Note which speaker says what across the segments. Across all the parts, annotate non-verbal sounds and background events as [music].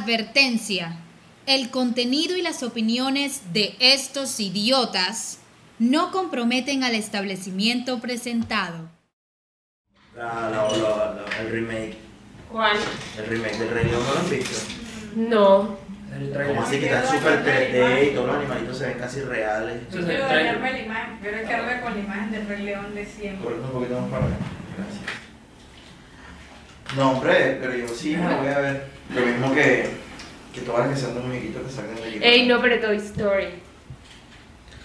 Speaker 1: Advertencia. El contenido y las opiniones de estos idiotas no comprometen al establecimiento presentado.
Speaker 2: La, la, la, la- el remake.
Speaker 3: ¿Cuál?
Speaker 2: El remake del Rey León, ¿no lo han visto?
Speaker 3: No.
Speaker 4: El
Speaker 2: Como
Speaker 4: trailer.
Speaker 2: así que están súper 3D y todos los animalitos se ven casi reales.
Speaker 4: Eso
Speaker 5: Yo
Speaker 4: es
Speaker 5: quiero
Speaker 4: el trailer.
Speaker 5: dañarme la imagen, quiero quedarme con la imagen del Rey León de siempre.
Speaker 2: Coloca un poquito más para acá. Gracias. No, hombre, pero yo sí me voy a ver. Lo mismo que, que todas las que sean de muñequitos que salgan de aquí.
Speaker 3: Ey, no, pero Toy Story.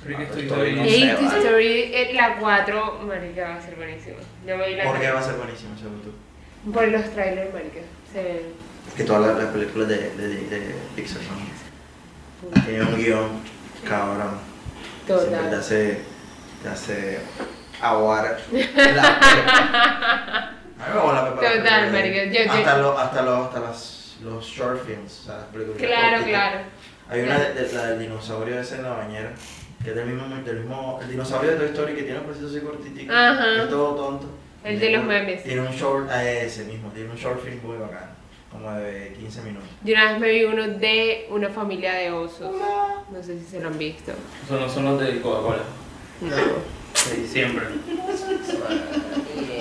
Speaker 4: Rick
Speaker 2: Ah,
Speaker 4: estoy
Speaker 2: estoy-
Speaker 4: todavía.
Speaker 2: sé,
Speaker 3: Ey, Toy
Speaker 2: vale.
Speaker 3: Story, eh, la 4, marica, va a ser buenísima. Yo me vi la
Speaker 2: Porque va a
Speaker 3: cuatro.
Speaker 2: ser buenísimo, según tú.
Speaker 3: Por los trailers, marica. Se ven.
Speaker 2: Es que todas las, las películas de, de, de, de Pixar son. Tienen un guión, cabrón. Siempre te
Speaker 3: Total.
Speaker 2: hace, te hace aguar
Speaker 3: [laughs]
Speaker 2: la A mí me mola la pepa la
Speaker 3: Total,
Speaker 2: película de-
Speaker 3: marica, yo- yo-
Speaker 2: hasta, los hasta, los hasta las, los short films, o sea, las películas
Speaker 3: Claro,
Speaker 2: cortitas.
Speaker 3: claro.
Speaker 2: Hay una de, de- la del dinosaurio ese en la bañera, que es del mismo, del mismo el dinosaurio de Toy Story que tiene un proceso así cortitico,
Speaker 3: Ajá.
Speaker 2: es todo tonto.
Speaker 3: El
Speaker 2: Tiene
Speaker 3: de los
Speaker 2: un-
Speaker 3: memes.
Speaker 2: Tiene un short, a ese mismo, tiene un short film muy bacano, como de 15 minutos.
Speaker 3: Yo una vez me vi uno de una familia de osos. No sé si se lo han visto.
Speaker 4: Son los, son los de Coca-Cola.
Speaker 3: No.
Speaker 4: De diciembre.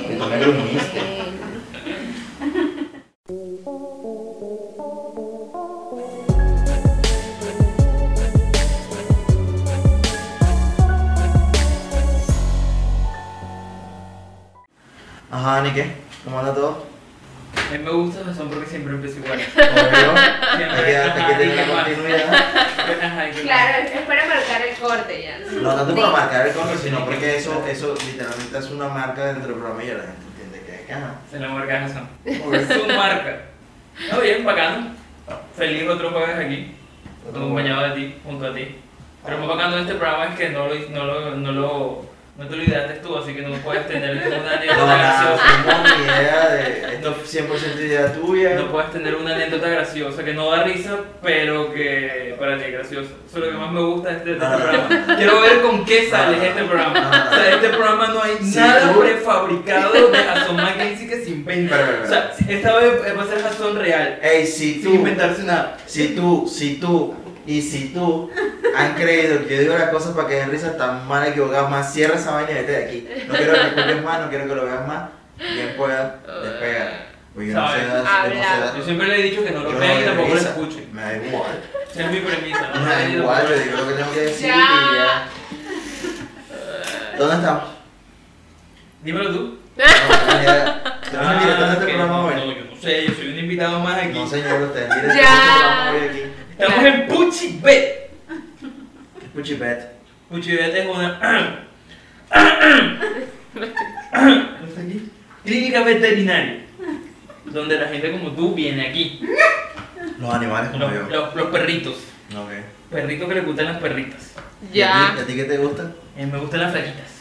Speaker 2: Y tú me gruñiste. Ajá, ¿ni qué? ¿Cómo anda todo?
Speaker 4: A mí me gusta razón porque siempre
Speaker 2: [laughs]
Speaker 4: empiezo igual.
Speaker 2: Obvio. [laughs] Hay que,
Speaker 4: Siempre.
Speaker 2: hay que
Speaker 4: ajá,
Speaker 2: tener
Speaker 4: ¿y qué
Speaker 2: una
Speaker 4: más?
Speaker 2: continuidad.
Speaker 4: Ajá, ¿y qué más?
Speaker 3: Claro, es para marcar el corte ya.
Speaker 2: No tanto para marcar el corte, sino porque eso, eso literalmente es una marca dentro del programa y ya la gente entiende que que, ajá.
Speaker 4: Se la marca razón. Su marca. No, bien, bacano. Feliz otro jueves aquí, acompañado de ti, junto a ti. Pero lo más bacano de este programa es que no lo, no lo, no lo, no te olvidaste tú, así que no puedes tener una
Speaker 2: No,
Speaker 4: anécdota
Speaker 2: nada,
Speaker 4: graciosa.
Speaker 2: no tengo ni idea de. Esto es 100% idea tuya.
Speaker 4: No puedes tener una anécdota graciosa que no da risa, pero que para ti es graciosa. Eso es lo que más me gusta de este, de este
Speaker 2: No, no, no.
Speaker 4: programa. Quiero ver con qué sales
Speaker 2: No, no,
Speaker 4: este
Speaker 2: no.
Speaker 4: programa.
Speaker 2: No, no, no.
Speaker 4: O sea, este programa no hay
Speaker 2: Ah. Sí,
Speaker 4: nada
Speaker 2: tú-
Speaker 4: prefabricado de Jason McKenzie que se inventa.
Speaker 2: Pero, pero, pero.
Speaker 4: O sea, esta vez va a ser Jason real.
Speaker 2: Ey, si
Speaker 4: Sin
Speaker 2: tú,
Speaker 4: inventarse nada.
Speaker 2: si tú, si tú y si tú han creído que yo digo las cosas para que den risa tan mal equivocadas más, cierra esa vaina y vete de aquí. No quiero que lo escuches más, no quiero que lo veas más. Bien pueda despegar. Pues yo no sé,
Speaker 4: Sabes,
Speaker 2: yo no sé-
Speaker 3: habla.
Speaker 4: Yo siempre le he dicho que no
Speaker 2: yo
Speaker 4: lo
Speaker 2: no
Speaker 4: vean y
Speaker 2: doy
Speaker 4: tampoco lo
Speaker 2: risa.
Speaker 4: escuchen.
Speaker 2: Me da
Speaker 4: [laughs]
Speaker 2: igual.
Speaker 4: Esa es mi premisa.
Speaker 2: Me da
Speaker 4: No
Speaker 2: Ah, igual, yo digo lo que tengo que decir
Speaker 3: Ya.
Speaker 2: y ya. ¿Dónde estamos?
Speaker 3: [laughs]
Speaker 4: Dímelo tú.
Speaker 2: No, ni idea. ¿Tú eres el director de
Speaker 4: Ah,
Speaker 2: este
Speaker 4: ok.
Speaker 2: programa hoy?
Speaker 4: No, yo no sé, yo soy un invitado más aquí.
Speaker 2: No, señor, usted es el director de este
Speaker 3: Ya.
Speaker 2: programa hoy aquí.
Speaker 4: Estamos en Puchi Bet.
Speaker 2: Puchibet.
Speaker 4: Cuchivete es una. ¿No está aquí? Clínica veterinaria. Donde la gente como tú viene aquí.
Speaker 2: Los animales como yo.
Speaker 4: Los, los- los perritos.
Speaker 2: Ok.
Speaker 4: Perritos que les gustan las perritas.
Speaker 2: ¿Y a ti-
Speaker 3: Ya.
Speaker 2: ¿A ti qué te gusta?
Speaker 4: Eh, me gustan las flaquitas.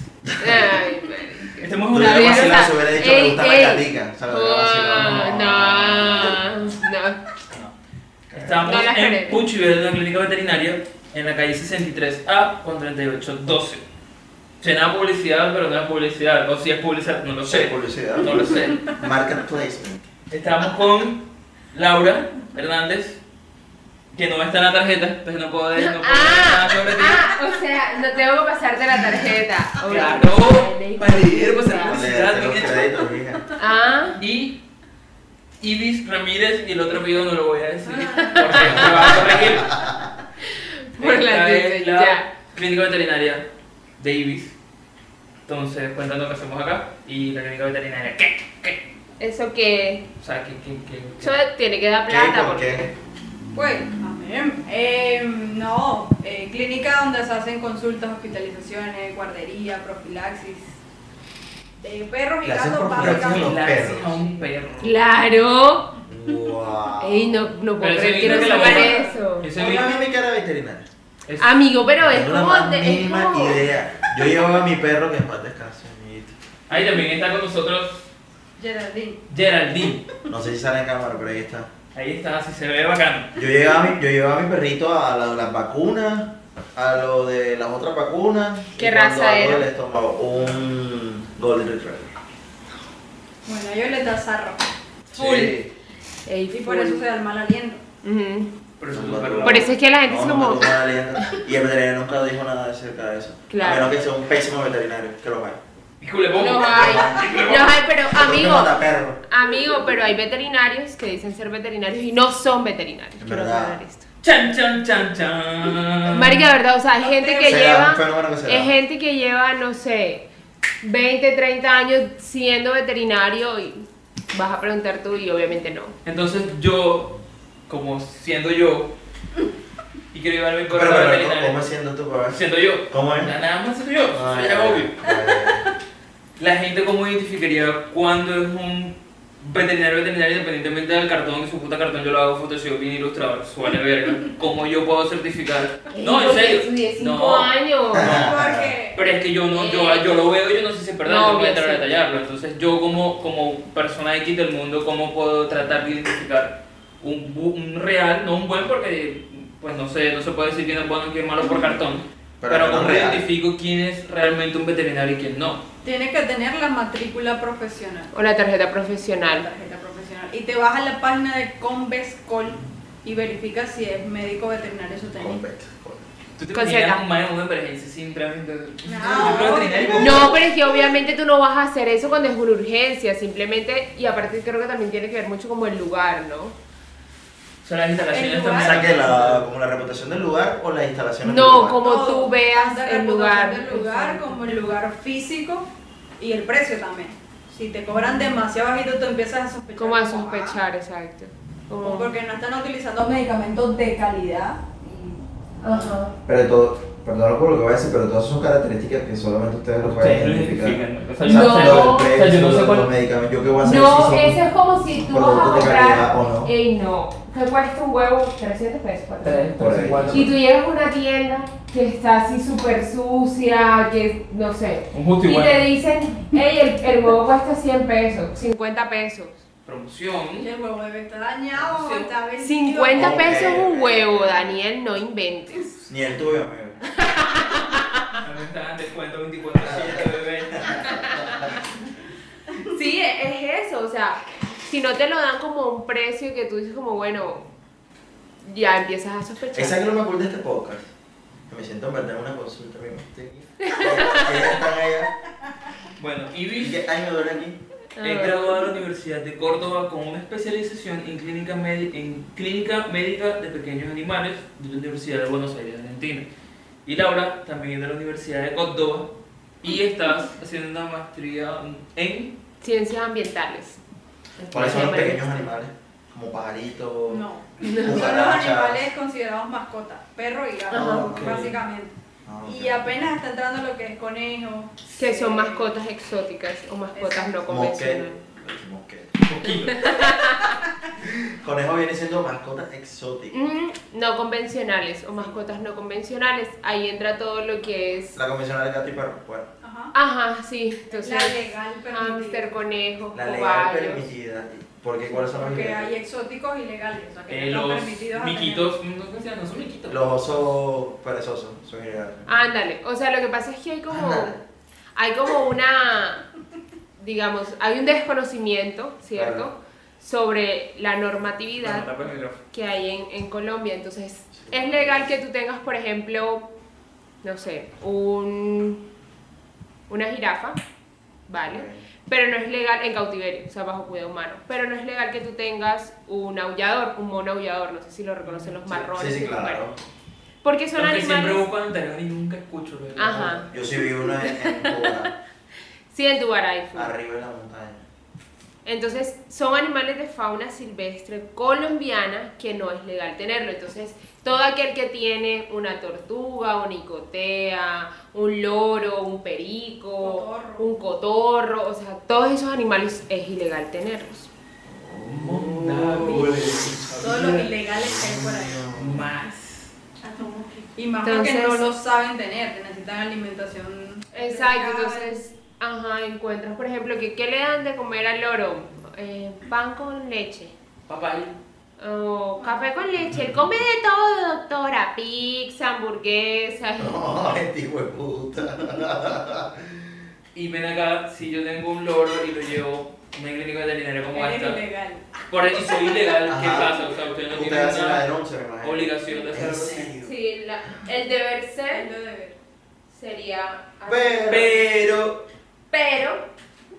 Speaker 3: Ay, marica.
Speaker 4: Estamos
Speaker 2: Yo
Speaker 4: en
Speaker 3: La
Speaker 2: hubiera
Speaker 4: una.
Speaker 3: vida
Speaker 2: vacilado
Speaker 3: está-
Speaker 2: si hubiera dicho
Speaker 3: Ey,
Speaker 2: me gusta la
Speaker 3: ey.
Speaker 2: gatica. O sea, lo hubiera vacilado.
Speaker 3: no, no.
Speaker 4: Estamos
Speaker 3: No las
Speaker 4: en
Speaker 3: queremos.
Speaker 4: Puchivete, una clínica veterinaria. En la calle 63A con 3812. Será publicidad, pero no es publicidad. O si es publicidad, no lo
Speaker 2: Sí,
Speaker 4: sé.
Speaker 2: publicidad.
Speaker 4: No lo sé.
Speaker 2: Market placement.
Speaker 4: Estamos con Laura Hernández, que no está en la tarjeta, entonces no puedo decir no puedo decir
Speaker 3: Ah,
Speaker 4: nada sobre ti.
Speaker 3: ah, o sea, no tengo que pasarte la tarjeta.
Speaker 4: Claro,
Speaker 3: Obvio.
Speaker 4: para leer, pues, el-
Speaker 2: Dale,
Speaker 4: Publicidad,
Speaker 2: date los
Speaker 4: bien hecho.
Speaker 2: créditos, hija.
Speaker 3: Ah,
Speaker 4: Y Ibis Ramírez, y el otro video no lo voy a decir, porque me va a corregir.
Speaker 3: Ah. Por la
Speaker 4: Esta es
Speaker 3: tarjeta,
Speaker 4: la
Speaker 3: ya.
Speaker 4: clínica veterinaria de Ibis. Entonces, cuéntanos qué hacemos acá. Y la clínica veterinaria, ¿qué? ¿Qué?
Speaker 3: eso que
Speaker 4: O sea, ¿qué? ¿Qué? qué-
Speaker 3: eso tiene que dar
Speaker 2: ¿Qué?
Speaker 3: plata
Speaker 2: ¿Por
Speaker 3: porque
Speaker 2: qué?
Speaker 5: Pues, amén. Eh, no, eh, clínica donde se hacen consultas, hospitalizaciones, guardería, profilaxis. De perros y
Speaker 2: Le hacen
Speaker 5: gatos,
Speaker 2: profilaxis a los
Speaker 5: básicamente.
Speaker 4: Profilaxis
Speaker 2: perros.
Speaker 4: a un perro.
Speaker 3: Claro.
Speaker 2: Wow.
Speaker 3: Ey, no, no puedo
Speaker 4: Pero ese
Speaker 3: creer que
Speaker 4: video
Speaker 3: no
Speaker 4: que la
Speaker 3: sepan
Speaker 4: borra-
Speaker 3: eso.
Speaker 4: Ese
Speaker 2: Pongan
Speaker 4: video-
Speaker 2: a mí mi cara veterinaria.
Speaker 4: ese-
Speaker 3: Amigo, pero es
Speaker 2: No la
Speaker 3: como.
Speaker 2: más
Speaker 3: de- es
Speaker 2: mínima
Speaker 3: como-
Speaker 2: idea. Yo llevaba a mi perro que en paz descanse, amiguito.
Speaker 4: Ahí también está con nosotros
Speaker 5: Geraldine.
Speaker 4: Geraldine.
Speaker 2: No sé si sale en cámara, pero ahí está.
Speaker 4: Ahí está, así se ve bacano.
Speaker 2: Yo llevaba a mi, yo llevaba a mi perrito a la- las vacunas, a lo de las otras vacunas.
Speaker 3: ¿Qué
Speaker 2: y cuando
Speaker 3: raza
Speaker 2: algo
Speaker 3: era?
Speaker 2: del estómago, un Golden Retriever.
Speaker 5: Bueno, yo les da zarro.
Speaker 3: Full.
Speaker 2: Sí.
Speaker 3: Ey,
Speaker 5: Y por eso
Speaker 3: full.
Speaker 5: se da el mal aliento.
Speaker 3: Ujú.
Speaker 4: Por eso,
Speaker 2: Son
Speaker 4: tu
Speaker 2: cuatro
Speaker 4: perro-
Speaker 3: Por eso es que la gente es
Speaker 2: No, no,
Speaker 3: como.
Speaker 2: no, no, leyenda. Y el veterinario nunca dijo nada acerca de eso.
Speaker 3: Claro.
Speaker 2: A menos que sea un pésimo veterinario, que lo vaya.
Speaker 4: Disculpe, pongo.
Speaker 3: Los hay. Los hay, pero amigo.
Speaker 2: mata perro.
Speaker 3: Amigo, pero hay veterinarios que dicen ser veterinarios y no son veterinarios.
Speaker 2: Es
Speaker 3: Quiero
Speaker 2: verdad.
Speaker 3: aclarar esto.
Speaker 4: Chan, chan, chan, chan.
Speaker 3: Marica, de verdad, o sea, hay
Speaker 5: No
Speaker 3: gente
Speaker 5: te-
Speaker 3: que
Speaker 2: Será un
Speaker 3: lleva.
Speaker 2: fenómeno que será.
Speaker 3: Es gente que lleva, no sé, 20, 30 años siendo veterinario y vas a preguntar tú y obviamente no.
Speaker 4: Entonces yo, como siendo yo, y quiero llevarme mi
Speaker 2: Pero,
Speaker 4: perro a
Speaker 2: pero,
Speaker 4: la
Speaker 2: ¿cómo- ¿cómo
Speaker 4: veterinaria.
Speaker 2: siendo tú, papá?
Speaker 4: Siendo yo.
Speaker 2: ¿Cómo es? Ah,
Speaker 4: Na- Nada más siendo yo.
Speaker 2: Ay,
Speaker 4: Soy ya
Speaker 2: ay,
Speaker 4: obvio.
Speaker 2: ay.
Speaker 4: La gente cómo identificaría cuándo es un veterinario veterinario independientemente del cartón, su puta cartón yo lo hago Photoshop bien ilustrador, suele verga. ¿Cómo yo puedo certificar? No, en
Speaker 3: Porque
Speaker 4: serio.
Speaker 3: estudié cinco
Speaker 4: No.
Speaker 3: años.
Speaker 2: Ah.
Speaker 5: Porque.
Speaker 4: Pero es que yo no, yo, yo lo veo, yo no sé si es verdad,
Speaker 3: No,
Speaker 4: yo no voy a
Speaker 3: bien,
Speaker 4: entrar a
Speaker 3: sí.
Speaker 4: detallarlo. Entonces yo como, como persona X del mundo, ¿cómo puedo tratar de identificar un, bu- un real, no un buen porque pues no sé, no se puede decir quién es bueno y quién es malo por cartón,
Speaker 2: Pero
Speaker 4: pero,
Speaker 2: no
Speaker 4: cómo
Speaker 2: real.
Speaker 4: identifico quién es realmente un veterinario y quién no.
Speaker 5: Tienes que tener la matrícula profesional.
Speaker 3: O la tarjeta
Speaker 5: La
Speaker 3: profesional.
Speaker 5: tarjeta profesional. Y te vas a la página de Convescol y verificas si es médico veterinario su técnico.
Speaker 2: Convete, convete.
Speaker 4: ¿Tú te
Speaker 3: Con
Speaker 4: imaginas
Speaker 3: Z.
Speaker 4: un man en una emergencia sin tráfico?
Speaker 5: No.
Speaker 3: No, pero es que obviamente tú no vas a hacer eso cuando es una urgencia, simplemente, y aparte creo que también tiene que ver mucho como el lugar, ¿no?
Speaker 4: Son las instalaciones
Speaker 5: El
Speaker 4: están
Speaker 5: lugar.
Speaker 2: O sea, que la, como la reputación del lugar o las instalaciones del
Speaker 3: No,
Speaker 2: lugar.
Speaker 3: como tú veas
Speaker 5: Tanta
Speaker 3: el
Speaker 5: reputación
Speaker 3: lugar.
Speaker 5: del lugar como el lugar físico y el precio también. Si te cobran demasiado bajito, tú empiezas a sospechar.
Speaker 3: Como a
Speaker 5: ah,
Speaker 3: sospechar, exacto.
Speaker 5: o
Speaker 3: Como-
Speaker 5: Porque no están utilizando medicamentos de calidad.
Speaker 3: Ajá.
Speaker 2: Pero todo, perdón por lo que voy a decir, pero todas son características que solamente ustedes lo pueden identificar.
Speaker 3: No.
Speaker 2: Lo
Speaker 4: O
Speaker 2: del
Speaker 4: sea, yo no
Speaker 2: precio,
Speaker 4: sé
Speaker 2: los
Speaker 4: cuál.
Speaker 2: medicamentos, yo qué voy a hacer si
Speaker 3: No,
Speaker 2: son
Speaker 3: eso es como si tú vas a
Speaker 2: productos de calidad
Speaker 3: comprar.
Speaker 2: o no.
Speaker 3: Ey, no. ¿Qué cuesta un huevo? 300 pesos. 400.
Speaker 2: Por ahí.
Speaker 3: Y tú llegas a una tienda que está así súper sucia, que no sé.
Speaker 4: Un justo
Speaker 3: Y
Speaker 4: igual.
Speaker 3: te dicen, hey, el, el huevo cuesta 100 pesos, 50 pesos.
Speaker 5: Y
Speaker 4: Promoción.
Speaker 5: el huevo debe estar dañado
Speaker 4: Sí.
Speaker 5: o está vencido.
Speaker 3: 50
Speaker 2: Ok,
Speaker 3: pesos un
Speaker 2: ok.
Speaker 3: huevo, Daniel, no inventes.
Speaker 2: Ni el tuyo, amigo.
Speaker 4: Estaban descuento 24-7, bebé.
Speaker 3: Sí, e- es eso, o sea, si no te lo dan como a un precio que tú dices como, bueno, ya empiezas a sospechar.
Speaker 2: Esa que no me acuerdo de este podcast. Que me siento en verdad en una consulta, amigo. Estoy aquí. Ellas están allá.
Speaker 4: Bueno,
Speaker 2: ¿Y
Speaker 4: Ibis
Speaker 2: qué año duele aquí?
Speaker 4: es graduado de la Universidad de Córdoba con una especialización en clínica, medi- en clínica médica de pequeños animales de la Universidad de Buenos Aires, Argentina. Y Laura también es de la Universidad de Córdoba y estás haciendo una maestría en...
Speaker 3: Ciencias ambientales.
Speaker 2: ¿Cuáles son los pequeños animales? Como pajaritos.
Speaker 5: No. Son los animales
Speaker 2: cucarachas.
Speaker 5: considerados mascotas, perro y gato,
Speaker 2: Ajá. Ok.
Speaker 5: básicamente.
Speaker 2: Ah, ok.
Speaker 5: Y apenas está entrando lo que es conejo.
Speaker 3: Que son
Speaker 5: eh,
Speaker 3: mascotas exóticas o mascotas no
Speaker 5: Exacto.
Speaker 3: convencionales.
Speaker 2: Mosquete.
Speaker 4: Poquito.
Speaker 2: Conejo viene siendo mascota exótica.
Speaker 3: Mm, no convencionales o mascotas no convencionales. Ahí entra todo lo que es.
Speaker 2: La convencional de gato y perro. Bueno,
Speaker 5: Ajá.
Speaker 3: Ajá, sí.
Speaker 5: la
Speaker 3: Entonces,
Speaker 5: legal
Speaker 3: Ah,
Speaker 5: permitida.
Speaker 3: hámster, conejos,
Speaker 2: la legal
Speaker 3: caballos.
Speaker 2: permitida. Porque cuáles son los
Speaker 5: Porque hay
Speaker 2: ilegales?
Speaker 5: exóticos y legales, o sea que
Speaker 4: Eh,
Speaker 5: no
Speaker 4: los
Speaker 5: están permitidos. a tener.
Speaker 4: miquitos, no sé si no son miquitos.
Speaker 2: Los osos perezosos son ilegales.
Speaker 3: Ah, Ándale. O sea, lo que pasa es que hay como.
Speaker 2: Ándale.
Speaker 3: Hay como una. Digamos, hay un desconocimiento, ¿cierto?
Speaker 2: Claro.
Speaker 3: Sobre la
Speaker 4: Bueno,
Speaker 3: normatividad
Speaker 4: tapa el micrófono.
Speaker 3: que hay en, en Colombia. Entonces,
Speaker 2: Sí.
Speaker 3: es legal que tú tengas, por ejemplo, no sé, un, una jirafa, ¿vale? Pero no es legal en cautiverio, o sea, bajo cuidado humano. Pero no es legal que tú tengas un aullador, un mono aullador, no sé si lo reconocen los
Speaker 2: Sí,
Speaker 3: marrones.
Speaker 2: Sí, sí,
Speaker 3: bueno,
Speaker 2: claro.
Speaker 3: porque son
Speaker 4: Aunque siempre
Speaker 3: animales...
Speaker 4: busco anterior y nunca escucho. ¿verdad?
Speaker 3: Ajá.
Speaker 2: Yo sí vi uno en, en Bogotá,
Speaker 3: Sí, en Dubaray. fue.
Speaker 2: arriba en la montaña. [laughs]
Speaker 3: Entonces, son animales de fauna silvestre colombiana que no es legal tenerlo. Entonces, todo aquel que tiene una tortuga, una icotea, un loro, un perico,
Speaker 5: Cotorro.
Speaker 3: un cotorro, o sea, todos esos animales es ilegal tenerlos.
Speaker 5: Todos los ilegales que hay por ahí.
Speaker 4: Más.
Speaker 5: Y más
Speaker 3: Entonces-
Speaker 5: porque no los saben tener, que necesitan alimentación.
Speaker 3: Exacto,
Speaker 5: especial.
Speaker 3: entonces, ajá, encuentras, por ejemplo, que ¿qué le dan de comer al loro? Eh, pan con leche.
Speaker 4: Papaya.
Speaker 3: O café con leche. Él come de todo, doctora. Pizza, hamburguesas.
Speaker 2: Ay, tío este de puta.
Speaker 4: Y ven acá, si yo tengo un loro y lo llevo a una clínica veterinaria como
Speaker 5: Eres
Speaker 4: esta,
Speaker 5: ilegal.
Speaker 4: Por eso soy ilegal, ¿qué
Speaker 2: Ajá.
Speaker 4: pasa? O sea, usted no
Speaker 2: Usted
Speaker 4: tiene
Speaker 2: hace la
Speaker 4: una
Speaker 2: denuncia, me imagino.
Speaker 4: obligación de hacer
Speaker 2: ¿En
Speaker 4: algo así.
Speaker 2: serio?
Speaker 3: [laughs] Sí, la- el deber ser
Speaker 5: Lo de ver.
Speaker 3: sería.
Speaker 2: Pero.
Speaker 3: Pero.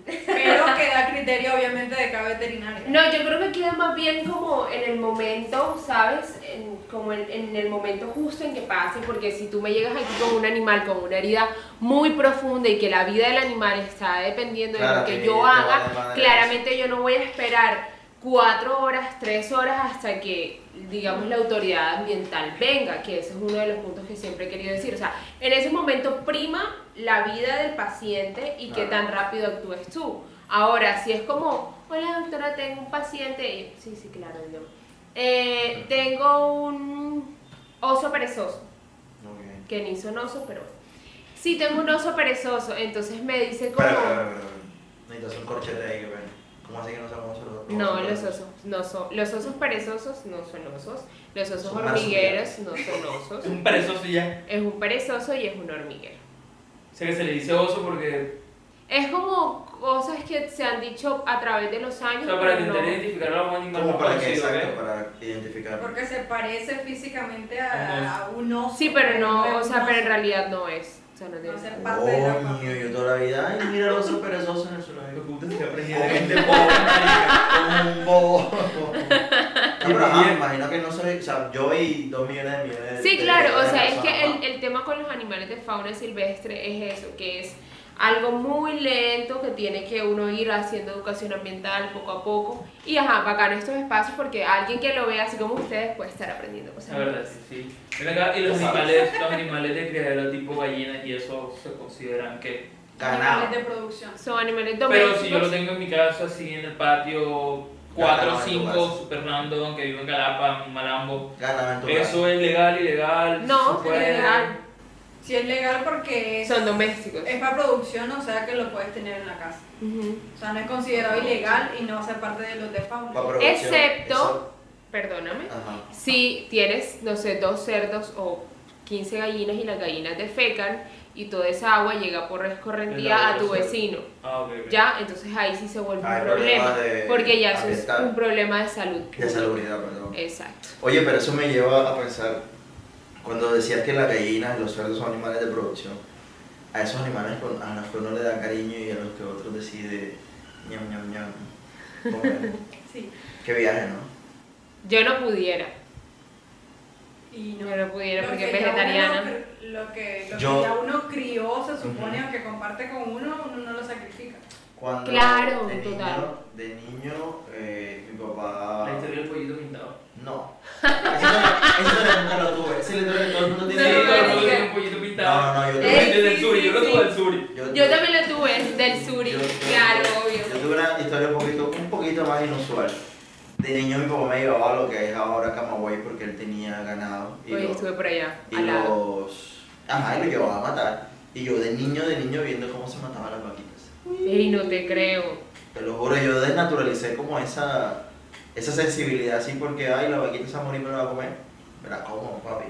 Speaker 5: Pero queda criterio, obviamente, de cada veterinario.
Speaker 3: No, yo creo que queda más bien como en el momento, ¿sabes? En- como en, en el momento justo en que pase, porque si tú me llegas aquí con un animal con una herida muy profunda y que la vida del animal está dependiendo de
Speaker 2: Claro,
Speaker 3: lo que
Speaker 2: que
Speaker 3: yo
Speaker 2: te va a
Speaker 3: haga,
Speaker 2: demandar
Speaker 3: claramente yo no voy a esperar cuatro horas, tres horas hasta que, digamos, la autoridad ambiental venga, que ese es uno de los puntos que siempre he querido decir. O sea, en ese momento prima la vida del paciente y qué
Speaker 2: Claro.
Speaker 3: tan rápido actúes tú. Ahora, si es como, hola doctora, tengo un paciente, y- sí, sí, claro, yo. Eh, tengo un oso perezoso,
Speaker 2: Ok.
Speaker 3: que ni son oso, pero bueno. Sí, tengo un oso perezoso, entonces me dice como...
Speaker 2: Espera, espera, espera, espera. Necesitas un corchete ahí, ven. ¿Cómo así que no sabemos los osos?
Speaker 3: No, los osos no son. Los osos perezosos no son osos. Los osos
Speaker 2: Son
Speaker 3: hormigueros no son osos.
Speaker 4: Es un perezoso y ya.
Speaker 3: Es un perezoso y es un hormiguero.
Speaker 4: Sé que se le dice oso porque.
Speaker 3: Es como cosas que se han dicho a través de los
Speaker 4: O
Speaker 3: años.
Speaker 4: sea, para
Speaker 3: pero no.
Speaker 4: intentar identificar a un animal
Speaker 2: ¿Cómo
Speaker 4: no
Speaker 2: para qué?
Speaker 4: conocido, ¿eh?
Speaker 2: Exacto,
Speaker 4: ¿ok?
Speaker 2: para identificar.
Speaker 5: Porque se parece físicamente a, a un oso.
Speaker 3: Sí, pero no, o sea,
Speaker 5: Un
Speaker 3: pero en
Speaker 5: oso.
Speaker 3: realidad no es. O sea, no tiene
Speaker 5: No ser
Speaker 3: sentido.
Speaker 5: parte de la
Speaker 2: Coño, yo toda la vida. Ay, mira el oso perezoso en el
Speaker 4: Hijo de
Speaker 2: suelo.
Speaker 4: puta, se ha aprendido de gente boba.
Speaker 2: Como un bobo.
Speaker 4: [laughs]
Speaker 2: No, pero ajá, me imagino que no soy. O sea, yo y dos millones de millones de
Speaker 3: Sí,
Speaker 2: de-
Speaker 3: claro, o
Speaker 2: de
Speaker 3: sea, es que
Speaker 2: personas,
Speaker 3: el, el tema con los animales de fauna silvestre es eso, que es algo muy lento que tiene que uno ir haciendo educación ambiental poco a poco. Y ajá, bacano estos espacios porque alguien que lo vea así como ustedes puede estar aprendiendo
Speaker 4: La
Speaker 3: cosas.
Speaker 4: verdad, sí, sí. Ven acá, y los animales, los animales de criadero tipo gallinas y eso se consideran que.
Speaker 2: Ganado.
Speaker 5: Animales de producción.
Speaker 3: Son animales
Speaker 4: Pero
Speaker 3: domésticos.
Speaker 4: si yo lo tengo en mi casa, así en el patio, 4 o
Speaker 2: Ganado en tu
Speaker 4: 5,
Speaker 2: casa.
Speaker 4: super random, que vivo en Galapa, en Malambo.
Speaker 2: Ganaba en tu
Speaker 4: Eso es legal, ilegal.
Speaker 3: No,
Speaker 4: se puede.
Speaker 3: es legal.
Speaker 5: Si es legal porque es,
Speaker 3: Son domésticos.
Speaker 5: es para producción, o sea que lo puedes tener en la casa.
Speaker 3: Ujú.
Speaker 5: O sea, no es considerado ilegal y no hace parte de los de fauna.
Speaker 2: Pa' producción,
Speaker 3: Excepto-
Speaker 2: eso-
Speaker 3: Perdóname.
Speaker 2: Ajá.
Speaker 3: Si tienes, no sé, dos cerdos o 15 gallinas y las gallinas defecan y toda esa agua llega por escorrentía a tu vecino.
Speaker 4: Ah, ok. ok.
Speaker 3: Ya, entonces ahí sí se vuelve
Speaker 2: Ah, Hay
Speaker 3: un problema.
Speaker 2: problemas de-
Speaker 3: Porque ya eso es
Speaker 2: ambiental.
Speaker 3: un problema de salud.
Speaker 2: De salubridad, perdón.
Speaker 3: Exacto.
Speaker 2: Oye, pero eso me lleva a pensar, cuando decías que las gallinas y los cerdos son animales de producción, a esos animales con- a los que uno le da cariño y a los que otros decide ñam ñam ñam.
Speaker 3: [laughs]
Speaker 2: comer.
Speaker 5: Sí.
Speaker 2: Qué viaje, ¿no?
Speaker 3: Yo no pudiera.
Speaker 5: Y no.
Speaker 3: Yo no pudiera
Speaker 5: Lo
Speaker 3: porque es
Speaker 5: que ya uno
Speaker 3: vegetariana.
Speaker 5: cr- Lo que, lo
Speaker 2: Yo-
Speaker 5: que ya uno crió, se supone,
Speaker 2: Ujú.
Speaker 5: o que comparte con uno, uno no lo sacrifica.
Speaker 2: Cuando
Speaker 3: Claro,
Speaker 2: de niño,
Speaker 3: total.
Speaker 2: De niño, eh, mi
Speaker 4: La
Speaker 2: papá...
Speaker 4: historia del pollito pintado.
Speaker 2: No. Eso nunca lo tuve. Esa historia que todo el mundo
Speaker 4: Sí,
Speaker 2: tiene.
Speaker 5: No,
Speaker 4: todo el mundo
Speaker 5: marica.
Speaker 4: tiene un pollito
Speaker 2: No,
Speaker 4: pintado.
Speaker 2: no, no, yo
Speaker 4: Yo
Speaker 2: tuve...
Speaker 3: Ey,
Speaker 4: del
Speaker 3: sí,
Speaker 4: sur,
Speaker 3: sí,
Speaker 4: yo lo
Speaker 3: sí.
Speaker 4: tuve del sur.
Speaker 3: Eh, Yo también lo tuve es del suri.
Speaker 2: Yo- yo-
Speaker 3: Claro,
Speaker 2: Yo
Speaker 3: obvio.
Speaker 2: tuve una historia un poquito, un poquito más inusual. De niño mi papá me llevaba a lo que es ahora Camagüey porque él tenía ganado y,
Speaker 3: Hoy
Speaker 2: lo-
Speaker 3: estuve por allá,
Speaker 2: y
Speaker 3: al lado.
Speaker 2: los... Ajá, y lo llevaba a matar. Y yo de niño, de niño viendo cómo se mataban las vaquitas.
Speaker 3: Ey, no te creo.
Speaker 2: Te lo juro, yo desnaturalicé como esa, esa sensibilidad así porque, ay, la vaquita se va a morir, me la va a comer. Me la como, papi.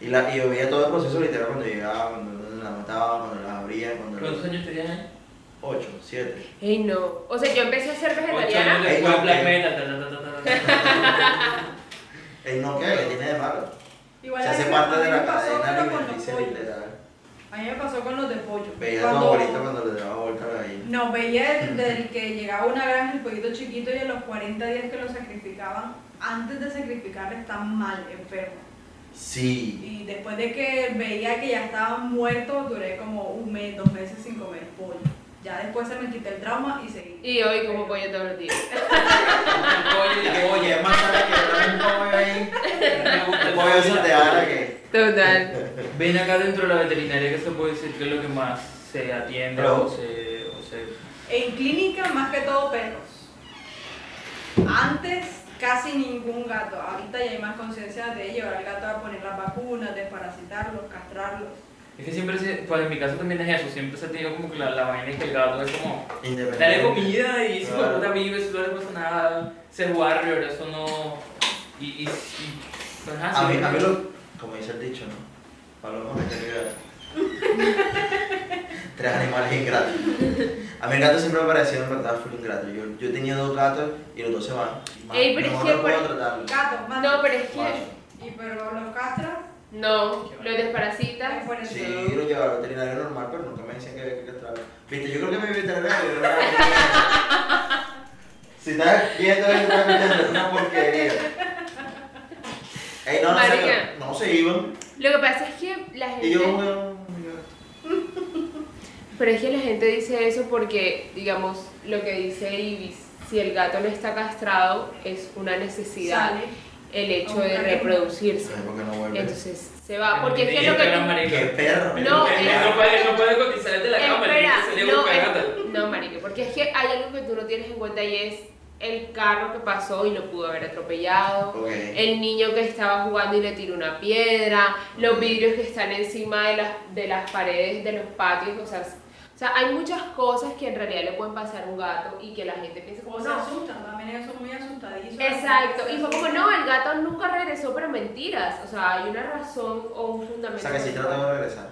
Speaker 2: [laughs] y, la, y yo veía todo el proceso literal cuando llegaba, cuando la mataba, cuando la abría, cuando...
Speaker 4: ¿Cuántos
Speaker 2: La...
Speaker 4: años tenías ahí?
Speaker 2: Ocho, siete.
Speaker 3: Ey, no. O sea, yo empecé a ser
Speaker 4: Ocho
Speaker 3: vegetariana.
Speaker 4: años después,
Speaker 2: Ey, no,
Speaker 4: Black
Speaker 2: que-
Speaker 4: Metal. ta, ta, ta, ta, ta, ta.
Speaker 2: El no que que tiene de malo.
Speaker 5: Igual
Speaker 2: Se
Speaker 5: a
Speaker 2: hace
Speaker 5: mí-
Speaker 2: parte
Speaker 5: a mí
Speaker 2: de
Speaker 5: me
Speaker 2: la
Speaker 5: pasó,
Speaker 2: cadena
Speaker 5: pero con los
Speaker 2: alimenticia
Speaker 5: pollos.
Speaker 2: literal.
Speaker 5: A mí me pasó con los de pollo.
Speaker 2: Veía a tu abuelita cuando le daba vuelta a la gallina.
Speaker 5: No, veía el del que llegaba a una granja el pollito chiquito y a los 40 días que lo sacrificaban, antes de sacrificarlo están mal, enfermo.
Speaker 2: Sí.
Speaker 5: Y después de que veía que ya estaba muerto, duré como un mes, dos meses sin comer pollo. Ya después se me quitó el trauma y seguí.
Speaker 3: Y hoy como pollo todos los días.
Speaker 4: El pollo,
Speaker 2: Oye, es más sana que hablar un pollo ahí.
Speaker 4: me gusta
Speaker 2: Un
Speaker 4: el
Speaker 2: pollo
Speaker 4: pollo.
Speaker 2: salteada que.
Speaker 3: Total.
Speaker 4: Ven acá dentro de la veterinaria que se puede decir que es lo que más se atiende
Speaker 2: Pero-
Speaker 4: o se. O se...
Speaker 5: En clínica, más que todo perros. Antes casi ningún gato. Ahorita ya hay más conciencia de llevar al gato a poner las vacunas, desparasitarlos, castrarlos.
Speaker 4: Es que siempre se. Pues en mi caso también es eso, siempre se ha tenido como que la, la vaina es que el gato es como. Dale
Speaker 2: Independiente.
Speaker 4: comida y si
Speaker 2: Claro.
Speaker 4: la puta vive, si no le pasa nada, ser warrior, eso no. Y. y, pues, ah, y- ajá,
Speaker 2: A mí,
Speaker 4: siempre-
Speaker 2: a mí lo. Como dice el dicho, ¿no? [laughs] Paloma, me te Tres animales ingratos. A A mí el gato siempre me pareció en verdad full ingrato. Yo, yo tenía dos gatos y los dos se van.
Speaker 3: Ey, pero
Speaker 2: no
Speaker 3: es
Speaker 2: no
Speaker 3: que
Speaker 2: puedo
Speaker 3: por-
Speaker 2: tratarlos.
Speaker 5: Gatos, manda.
Speaker 3: No, pero es que.
Speaker 2: Wow.
Speaker 5: Y pero los castras,
Speaker 3: No, los
Speaker 5: ¿qué
Speaker 3: desparasitas.
Speaker 5: por eso?
Speaker 2: Sí, yo lo llevaba al veterinario normal, pero nunca me decían que había que castrar. Viste, yo creo que mi veterinario era una Si estás viendo esto, estás viendo una porquería. Ey, no, no,
Speaker 3: Marica. Este-
Speaker 2: se, no se iban.
Speaker 3: Lo que pasa es que la gente.
Speaker 2: Y yo, bueno, mira.
Speaker 3: Pero es que la gente dice eso porque, digamos, lo que dice Ibis, si el gato no está castrado, es una necesidad
Speaker 5: Sale.
Speaker 3: el hecho
Speaker 5: Un
Speaker 3: de
Speaker 5: gato.
Speaker 3: reproducirse.
Speaker 2: Ay, ¿por qué no vuelve?
Speaker 3: Entonces se va, Ah, porque es que lo que
Speaker 4: Pero,
Speaker 3: tú-
Speaker 4: marica,
Speaker 2: Qué perro.
Speaker 3: No,
Speaker 4: él
Speaker 3: es-
Speaker 4: no puede, no puede cotizar desde la cámara.
Speaker 3: Espera,
Speaker 4: él sería
Speaker 3: no,
Speaker 4: un
Speaker 3: es-
Speaker 4: cagata.
Speaker 3: no, marica, porque es que hay algo que tú no tienes en cuenta y es el carro que pasó y lo pudo haber atropellado,
Speaker 2: Ok.
Speaker 3: el niño que estaba jugando y le tiró una piedra, los vidrios que están encima de las, de las paredes de los patios, o sea, s- o sea, hay muchas cosas que en realidad le pueden pasar a un gato y que la gente piensa como
Speaker 5: O se
Speaker 3: no.
Speaker 5: asustan, también ellos son muy asustadizos.
Speaker 3: Exacto, y fue como no, el gato nunca regresó, pero mentiras, o sea, hay una razón o un
Speaker 2: O
Speaker 3: fundamento.
Speaker 2: sea, que si trataba de regresar.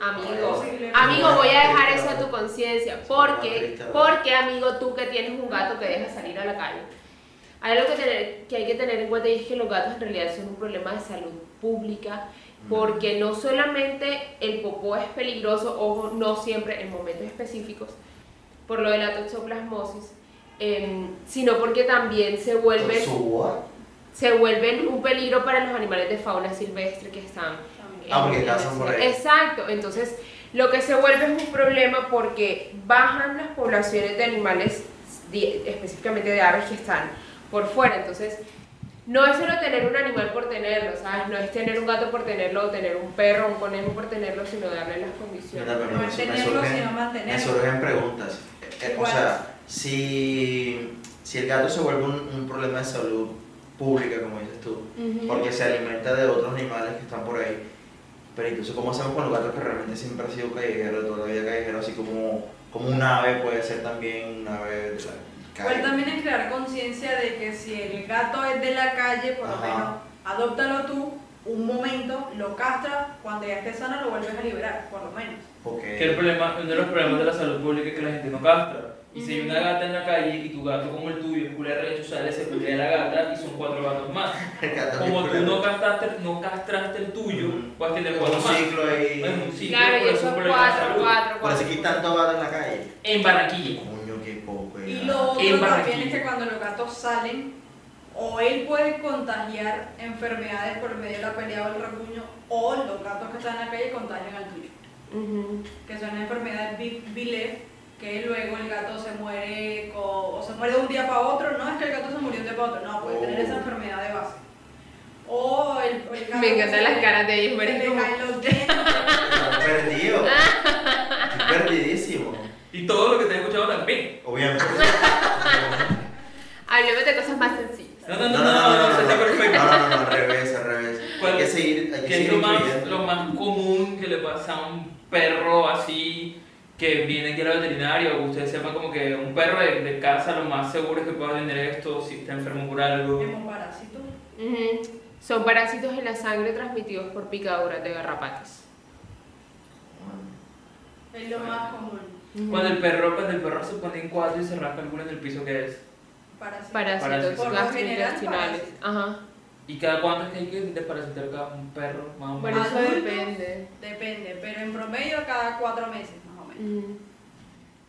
Speaker 3: Amigo,
Speaker 5: Sí,
Speaker 3: amigo,
Speaker 2: sí,
Speaker 3: voy a
Speaker 2: sí,
Speaker 3: dejar
Speaker 2: sí,
Speaker 3: eso a
Speaker 2: sí.
Speaker 3: tu conciencia.
Speaker 2: Sí,
Speaker 3: Porque,
Speaker 2: sí, sí.
Speaker 3: porque amigo, tú que tienes un gato que deja salir a la calle. Hay algo que, tener- que hay que tener en cuenta y es que los gatos en realidad son un problema de salud pública. Porque no solamente el popó es peligroso, ojo, no siempre en momentos específicos, por lo de la toxoplasmosis, em, sino porque también se vuelven,
Speaker 2: Su boda.
Speaker 3: se vuelven un peligro para los animales de fauna silvestre que están
Speaker 5: También.
Speaker 2: Ah, porque cazan por ahí.
Speaker 3: Exacto, entonces lo que se vuelve es un problema porque bajan las poblaciones de animales, di- específicamente de aves que están por fuera. Entonces, no es solo tener un animal por tenerlo, ¿sabes? No es tener un gato por tenerlo, o tener un perro, un conejo por tenerlo, sino darle las condiciones.
Speaker 2: Mira, pero
Speaker 5: No
Speaker 2: me- me,
Speaker 5: mantenerlo, sino
Speaker 2: surgen,
Speaker 5: mantenerlo.
Speaker 2: me surgen preguntas. Eh, eh, O
Speaker 5: Igual.
Speaker 2: sea, si, si el gato se vuelve un, un problema de salud pública, como dices tú,
Speaker 3: Ujú.
Speaker 2: porque se alimenta de otros animales que están por ahí, pero incluso cómo hacemos con los gatos que realmente siempre han sido callejeros, toda la vida callejeros, así como, como un ave puede ser también un ave de la
Speaker 5: Igual
Speaker 2: calle.
Speaker 5: también es crear conciencia de que si el gato es de la calle, por lo
Speaker 2: Ajá.
Speaker 5: menos adóptalo tú un momento, lo castras, cuando ya esté sano lo vuelves a liberar, por lo menos.
Speaker 2: Porque-
Speaker 4: Que el problema, uno de los problemas de la salud pública es que la gente no castra. Y si hay una gata en la calle y tu gato como el tuyo, culé recho, sale, se culea la gata y son cuatro gatos más.
Speaker 2: el gato es
Speaker 4: Como tú
Speaker 2: culero.
Speaker 4: no castraste, no castraste el tuyo, pues, vas a tener
Speaker 2: Es
Speaker 4: cuatro
Speaker 2: un
Speaker 4: más.
Speaker 2: ciclo ahí.
Speaker 4: Es un ciclo,
Speaker 3: Claro, y
Speaker 4: pero es
Speaker 3: eso
Speaker 4: un
Speaker 3: es
Speaker 4: problema de
Speaker 3: cuatro,
Speaker 4: salud.
Speaker 3: cuatro,
Speaker 2: Por eso
Speaker 3: cuatro.
Speaker 2: aquí tanto gato en la calle.
Speaker 4: En Barranquilla.
Speaker 2: Coño, qué poco.
Speaker 5: Y
Speaker 2: eh.
Speaker 5: lo
Speaker 4: En
Speaker 5: otro también
Speaker 4: Barranquilla.
Speaker 5: es que cuando los gatos salen, o él puede contagiar enfermedades por medio de la pelea o el rasguño, o los gatos que están en la calle contagian al tuyo,
Speaker 3: Ujú.
Speaker 5: que son enfermedades vi- viles que luego el gato se muere co- o se muere de un día para otro, no es que el gato se murió de un día para otro, no, puede tener esa enfermedad de base. O el, o el gato
Speaker 3: Me encantan
Speaker 5: que se-
Speaker 3: las caras de ellos,
Speaker 5: que
Speaker 3: pero
Speaker 5: le
Speaker 3: es como-
Speaker 5: caen los dientes.
Speaker 2: Está perdido. Estoy perdidísimo.
Speaker 4: Y todo lo que te he escuchado también.
Speaker 2: [laughs] Obviamente.
Speaker 3: Hablemos de cosas más sencillas.
Speaker 4: No, no, no, no, no, no, está perfecto.
Speaker 2: No, no, no, al revés, al revés. Hay que seguir, hay que
Speaker 4: ¿Qué es
Speaker 2: seguir
Speaker 4: lo más,
Speaker 2: incluyendo.
Speaker 4: lo más común que le pasa a un perro así que viene aquí al veterinario? Ustedes sepan como que un perro de, de casa lo más seguro es que pueda tener esto si está enfermo por algo.
Speaker 5: Hemoparásito.
Speaker 3: Ujú. Son parásitos en la sangre transmitidos por picaduras de garrapatas.
Speaker 5: Es lo más común.
Speaker 3: Ujú.
Speaker 4: Cuando el perro, cuando el perro se pone en cuatro y se rasca alguna en el piso que es.
Speaker 5: Parásito.
Speaker 3: Parásitos
Speaker 5: Por lo general,
Speaker 3: gastrointestinales.
Speaker 5: parásitos.
Speaker 3: Ajá.
Speaker 4: ¿Y cada cuánto es que hay que desparasitar cada un perro? Más o
Speaker 3: Bueno,
Speaker 4: menos.
Speaker 3: eso
Speaker 5: Adultos.
Speaker 3: depende.
Speaker 5: Depende, pero en promedio cada cuatro meses más o menos.
Speaker 3: Ujú.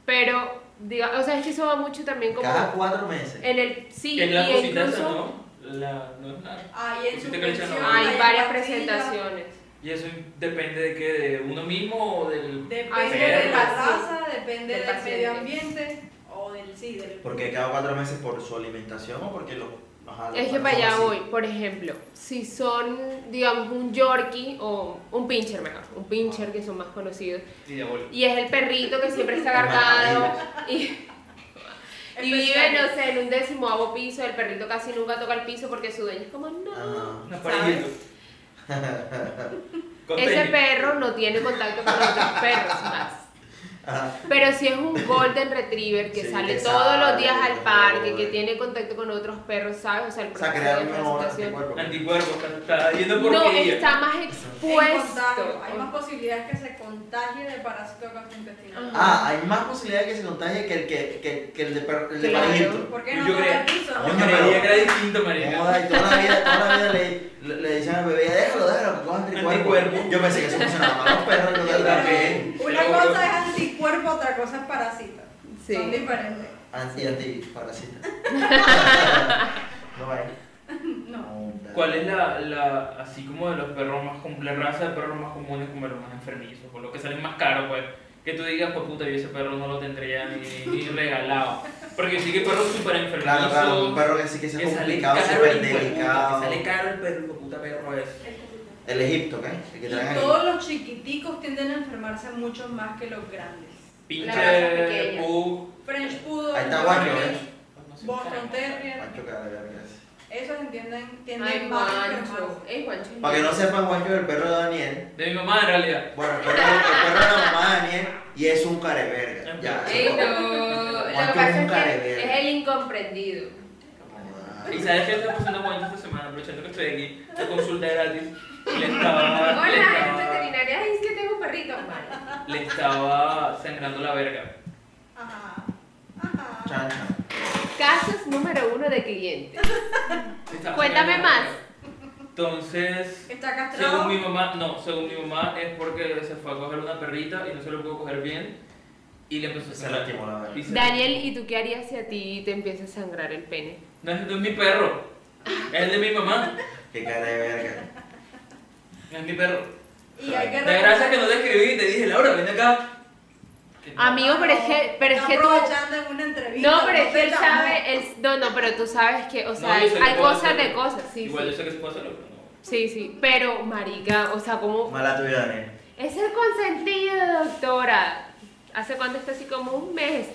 Speaker 3: Pero, diga, o sea, es que eso va mucho también como
Speaker 2: Cada cuatro meses.
Speaker 3: en el sí
Speaker 4: que es la
Speaker 3: y
Speaker 4: cosita
Speaker 3: incluso
Speaker 4: esa, ¿no? La, no es nada.
Speaker 5: Ahí Ah, en
Speaker 4: Sí, te cachan, ¿no?
Speaker 5: suspensión,
Speaker 3: hay
Speaker 5: en
Speaker 3: varias
Speaker 5: pastillas,
Speaker 3: presentaciones.
Speaker 4: Y eso depende de qué, de uno mismo o del.
Speaker 5: Depende
Speaker 4: Pero
Speaker 5: de la
Speaker 3: paciente.
Speaker 5: raza, depende
Speaker 3: Del
Speaker 5: del,
Speaker 3: paciente.
Speaker 5: medio ambiente o del sí, del
Speaker 2: Porque cada cuatro meses por su alimentación o porque los. ajá, los
Speaker 3: Es que
Speaker 2: gatos
Speaker 3: para allá
Speaker 2: así.
Speaker 3: voy, por ejemplo, si son, digamos, un Yorkie o un pincher mejor, un pincher que son más conocidos,
Speaker 4: Y de bol-
Speaker 3: y es el perrito que siempre
Speaker 2: [laughs]
Speaker 3: está agarrado y Y vive, no sé, en un décimoavo piso, el perrito casi nunca toca el piso porque su dueño es como, no.
Speaker 2: Ajá.
Speaker 4: Una
Speaker 3: ¿sabes?
Speaker 2: [laughs]
Speaker 4: parejita. Con
Speaker 3: Ese
Speaker 2: [laughs]
Speaker 4: tenis.
Speaker 3: perro no tiene contacto con otros perros más.
Speaker 2: Ajá.
Speaker 3: Pero si es un golden retriever que
Speaker 2: Sí,
Speaker 3: sale
Speaker 2: que
Speaker 3: todos los
Speaker 2: sale,
Speaker 3: días al
Speaker 2: que
Speaker 3: parque,
Speaker 2: todo.
Speaker 3: que tiene contacto con otros perros, ¿sabes? O sea, el
Speaker 2: O sea,
Speaker 3: proceso
Speaker 2: crear
Speaker 3: de
Speaker 2: un mejor
Speaker 3: transmutación.
Speaker 2: anticuerpo.
Speaker 4: Anticuerpos, pero está yendo por
Speaker 3: No, está más expuesto.
Speaker 5: contagio. Hay más posibilidades que se contagie de parásito gastrointestinal.
Speaker 3: Ajá.
Speaker 2: Ah, hay más posibilidades que se contagie que el, que, que, que el de, per- el de
Speaker 3: Claro.
Speaker 2: parejito.
Speaker 5: ¿Por qué no
Speaker 4: Yo
Speaker 5: tomar
Speaker 4: creo-
Speaker 5: piso?
Speaker 2: Coño,
Speaker 4: Yo
Speaker 2: pero-
Speaker 4: creía que era distinto, marica.
Speaker 2: Moda, y toda la vida, toda la vida le, le, le decían al bebé, déjalo, déjalo, que coja anticuerpo.
Speaker 4: Anticuerpo.
Speaker 2: Yo pensé que eso funcionaba para los perros, yo
Speaker 4: Yo
Speaker 2: también.
Speaker 4: también.
Speaker 5: Una cosa es anticuerpo, otra cosa es parásito.
Speaker 3: Sí.
Speaker 5: Son diferentes.
Speaker 2: Anti, anti, parasita. no hay.
Speaker 5: No.
Speaker 4: ¿Cuál es la, la, así como de los perros más, com- la raza de perros más comunes como los más enfermizos, por lo que salen más caros, pues? Que tú digas, pues puta, yo ese perro no lo tendría ni, ni regalado. Porque sí que perros súper enfermizos.
Speaker 2: Claro, claro, un perro que sí que se
Speaker 4: que
Speaker 2: es
Speaker 4: sale
Speaker 2: complicado,
Speaker 4: caro,
Speaker 2: súper
Speaker 4: hijo de puta, que
Speaker 2: delicado.
Speaker 4: sale caro el perro, hijo de puta perro es.
Speaker 2: El Egipto, ¿qué? El que
Speaker 5: Y
Speaker 2: traen
Speaker 5: todos
Speaker 2: ahí.
Speaker 5: los chiquiticos tienden a enfermarse mucho más que los grandes.
Speaker 3: raza
Speaker 4: Pinche
Speaker 3: pequeña.
Speaker 4: bug.
Speaker 5: French Poodle,
Speaker 2: Ahí está
Speaker 5: Yorkie,
Speaker 2: guacho, ¿eh?
Speaker 5: Boston
Speaker 2: Para
Speaker 5: Terrier,
Speaker 2: chocar, ya, gracias.
Speaker 5: esos entienden,
Speaker 3: Ay,
Speaker 5: tienden más a
Speaker 3: guancho.
Speaker 5: enfermarse.
Speaker 3: Ey, guancho.
Speaker 2: Para que no sepan, guacho, el perro de Daniel.
Speaker 4: De mi mamá, en realidad.
Speaker 2: Bueno, el perro, el perro de la mamá de Daniel y es un careverga. Ya,
Speaker 3: Ey,
Speaker 2: eso es
Speaker 3: no. Lo que
Speaker 2: Guancho
Speaker 3: pasa
Speaker 2: nunca
Speaker 3: es
Speaker 2: le
Speaker 3: que
Speaker 2: veo.
Speaker 3: es el incomprendido.
Speaker 2: todo.
Speaker 4: Y sabes que está pasando guancho esta semana, aprovechando que estoy aquí, la consulta gratis. Le
Speaker 3: [laughs]
Speaker 4: estaba.
Speaker 3: Hola,
Speaker 4: le
Speaker 3: es
Speaker 4: estaba,
Speaker 3: veterinaria, ay, es que tengo un perrito. Vale.
Speaker 4: le estaba sangrando la verga.
Speaker 5: Ajá. Ajá.
Speaker 2: Chan, chan.
Speaker 3: Casos número uno de clientes.
Speaker 4: Le estaba
Speaker 3: Cuéntame
Speaker 4: sangrando la
Speaker 3: más.
Speaker 4: verga. Entonces,
Speaker 5: Está
Speaker 4: según
Speaker 5: castrado.
Speaker 4: mi mamá, no, según mi mamá es porque se fue a coger una perrita y no se lo pudo coger bien y le empezó a
Speaker 2: Se
Speaker 4: sangrar.
Speaker 2: lastimó la verga.
Speaker 4: Y se-
Speaker 3: Daniel, ¿y tú qué harías si a ti te empieza a sangrar el pene?
Speaker 4: No, es no es mi perro, es de mi mamá,
Speaker 2: Qué careverga.
Speaker 4: es mi perro.
Speaker 5: Y hay que
Speaker 4: La gracia es que no te escribí y te dije, Laura, ven acá. Que no.
Speaker 3: Amigo, pero es que, pero es
Speaker 5: Está
Speaker 3: que tú...
Speaker 5: aprovechando en una entrevista.
Speaker 3: No, pero es que
Speaker 5: se
Speaker 3: él
Speaker 5: llamó.
Speaker 3: sabe, él- no, no, pero tú sabes que, o sea,
Speaker 4: No, yo sé que
Speaker 3: hay
Speaker 4: puedo
Speaker 3: cosas de
Speaker 4: hacerlo.
Speaker 3: cosas, sí,
Speaker 4: Igual
Speaker 3: sí.
Speaker 4: yo sé que se puede hacerlo, pero no.
Speaker 3: Sí, sí, pero marica, o sea, como
Speaker 2: Mala tuya, Daniel.
Speaker 3: es el consentido, doctora. ¿Hace cuánto está así como
Speaker 2: [laughs]
Speaker 3: un mes?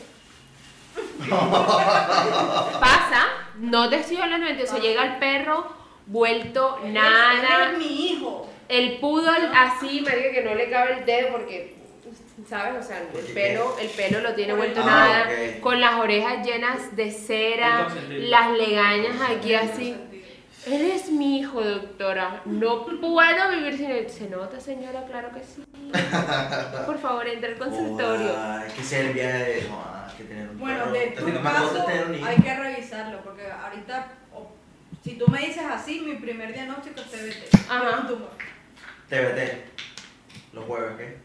Speaker 3: Pasa, no te estoy hablando de, o sea, llega el perro vuelto
Speaker 5: Él es- él
Speaker 3: nada,
Speaker 5: es mi hijo.
Speaker 3: el poodle así, marica, que no le cabe el dedo porque sabes, o sea,
Speaker 2: ¿Por
Speaker 3: el
Speaker 2: qué?
Speaker 3: pelo, el pelo lo tiene vuelto
Speaker 2: Ah,
Speaker 3: nada,
Speaker 2: ok.
Speaker 3: con las orejas llenas de
Speaker 4: Un
Speaker 3: cera,
Speaker 4: consentido.
Speaker 3: las legañas aquí así. Él es mi hijo, doctora. No puedo vivir sin él. ¿Se nota, señora? Claro que sí. Por favor, entre al consultorio.
Speaker 2: Joda, es que ese es el viaje de. joda, que tener un
Speaker 5: Bueno,
Speaker 2: perro.
Speaker 5: de
Speaker 2: Te digo,
Speaker 5: tu
Speaker 2: más cosas
Speaker 5: caso
Speaker 2: tener un hijo.
Speaker 5: hay que revisarlo porque ahorita, o- si tú me dices así, mi primer diagnóstico es TBT.
Speaker 3: Ajá.
Speaker 5: Es un tumor.
Speaker 2: TBT. Los jueves, ¿qué?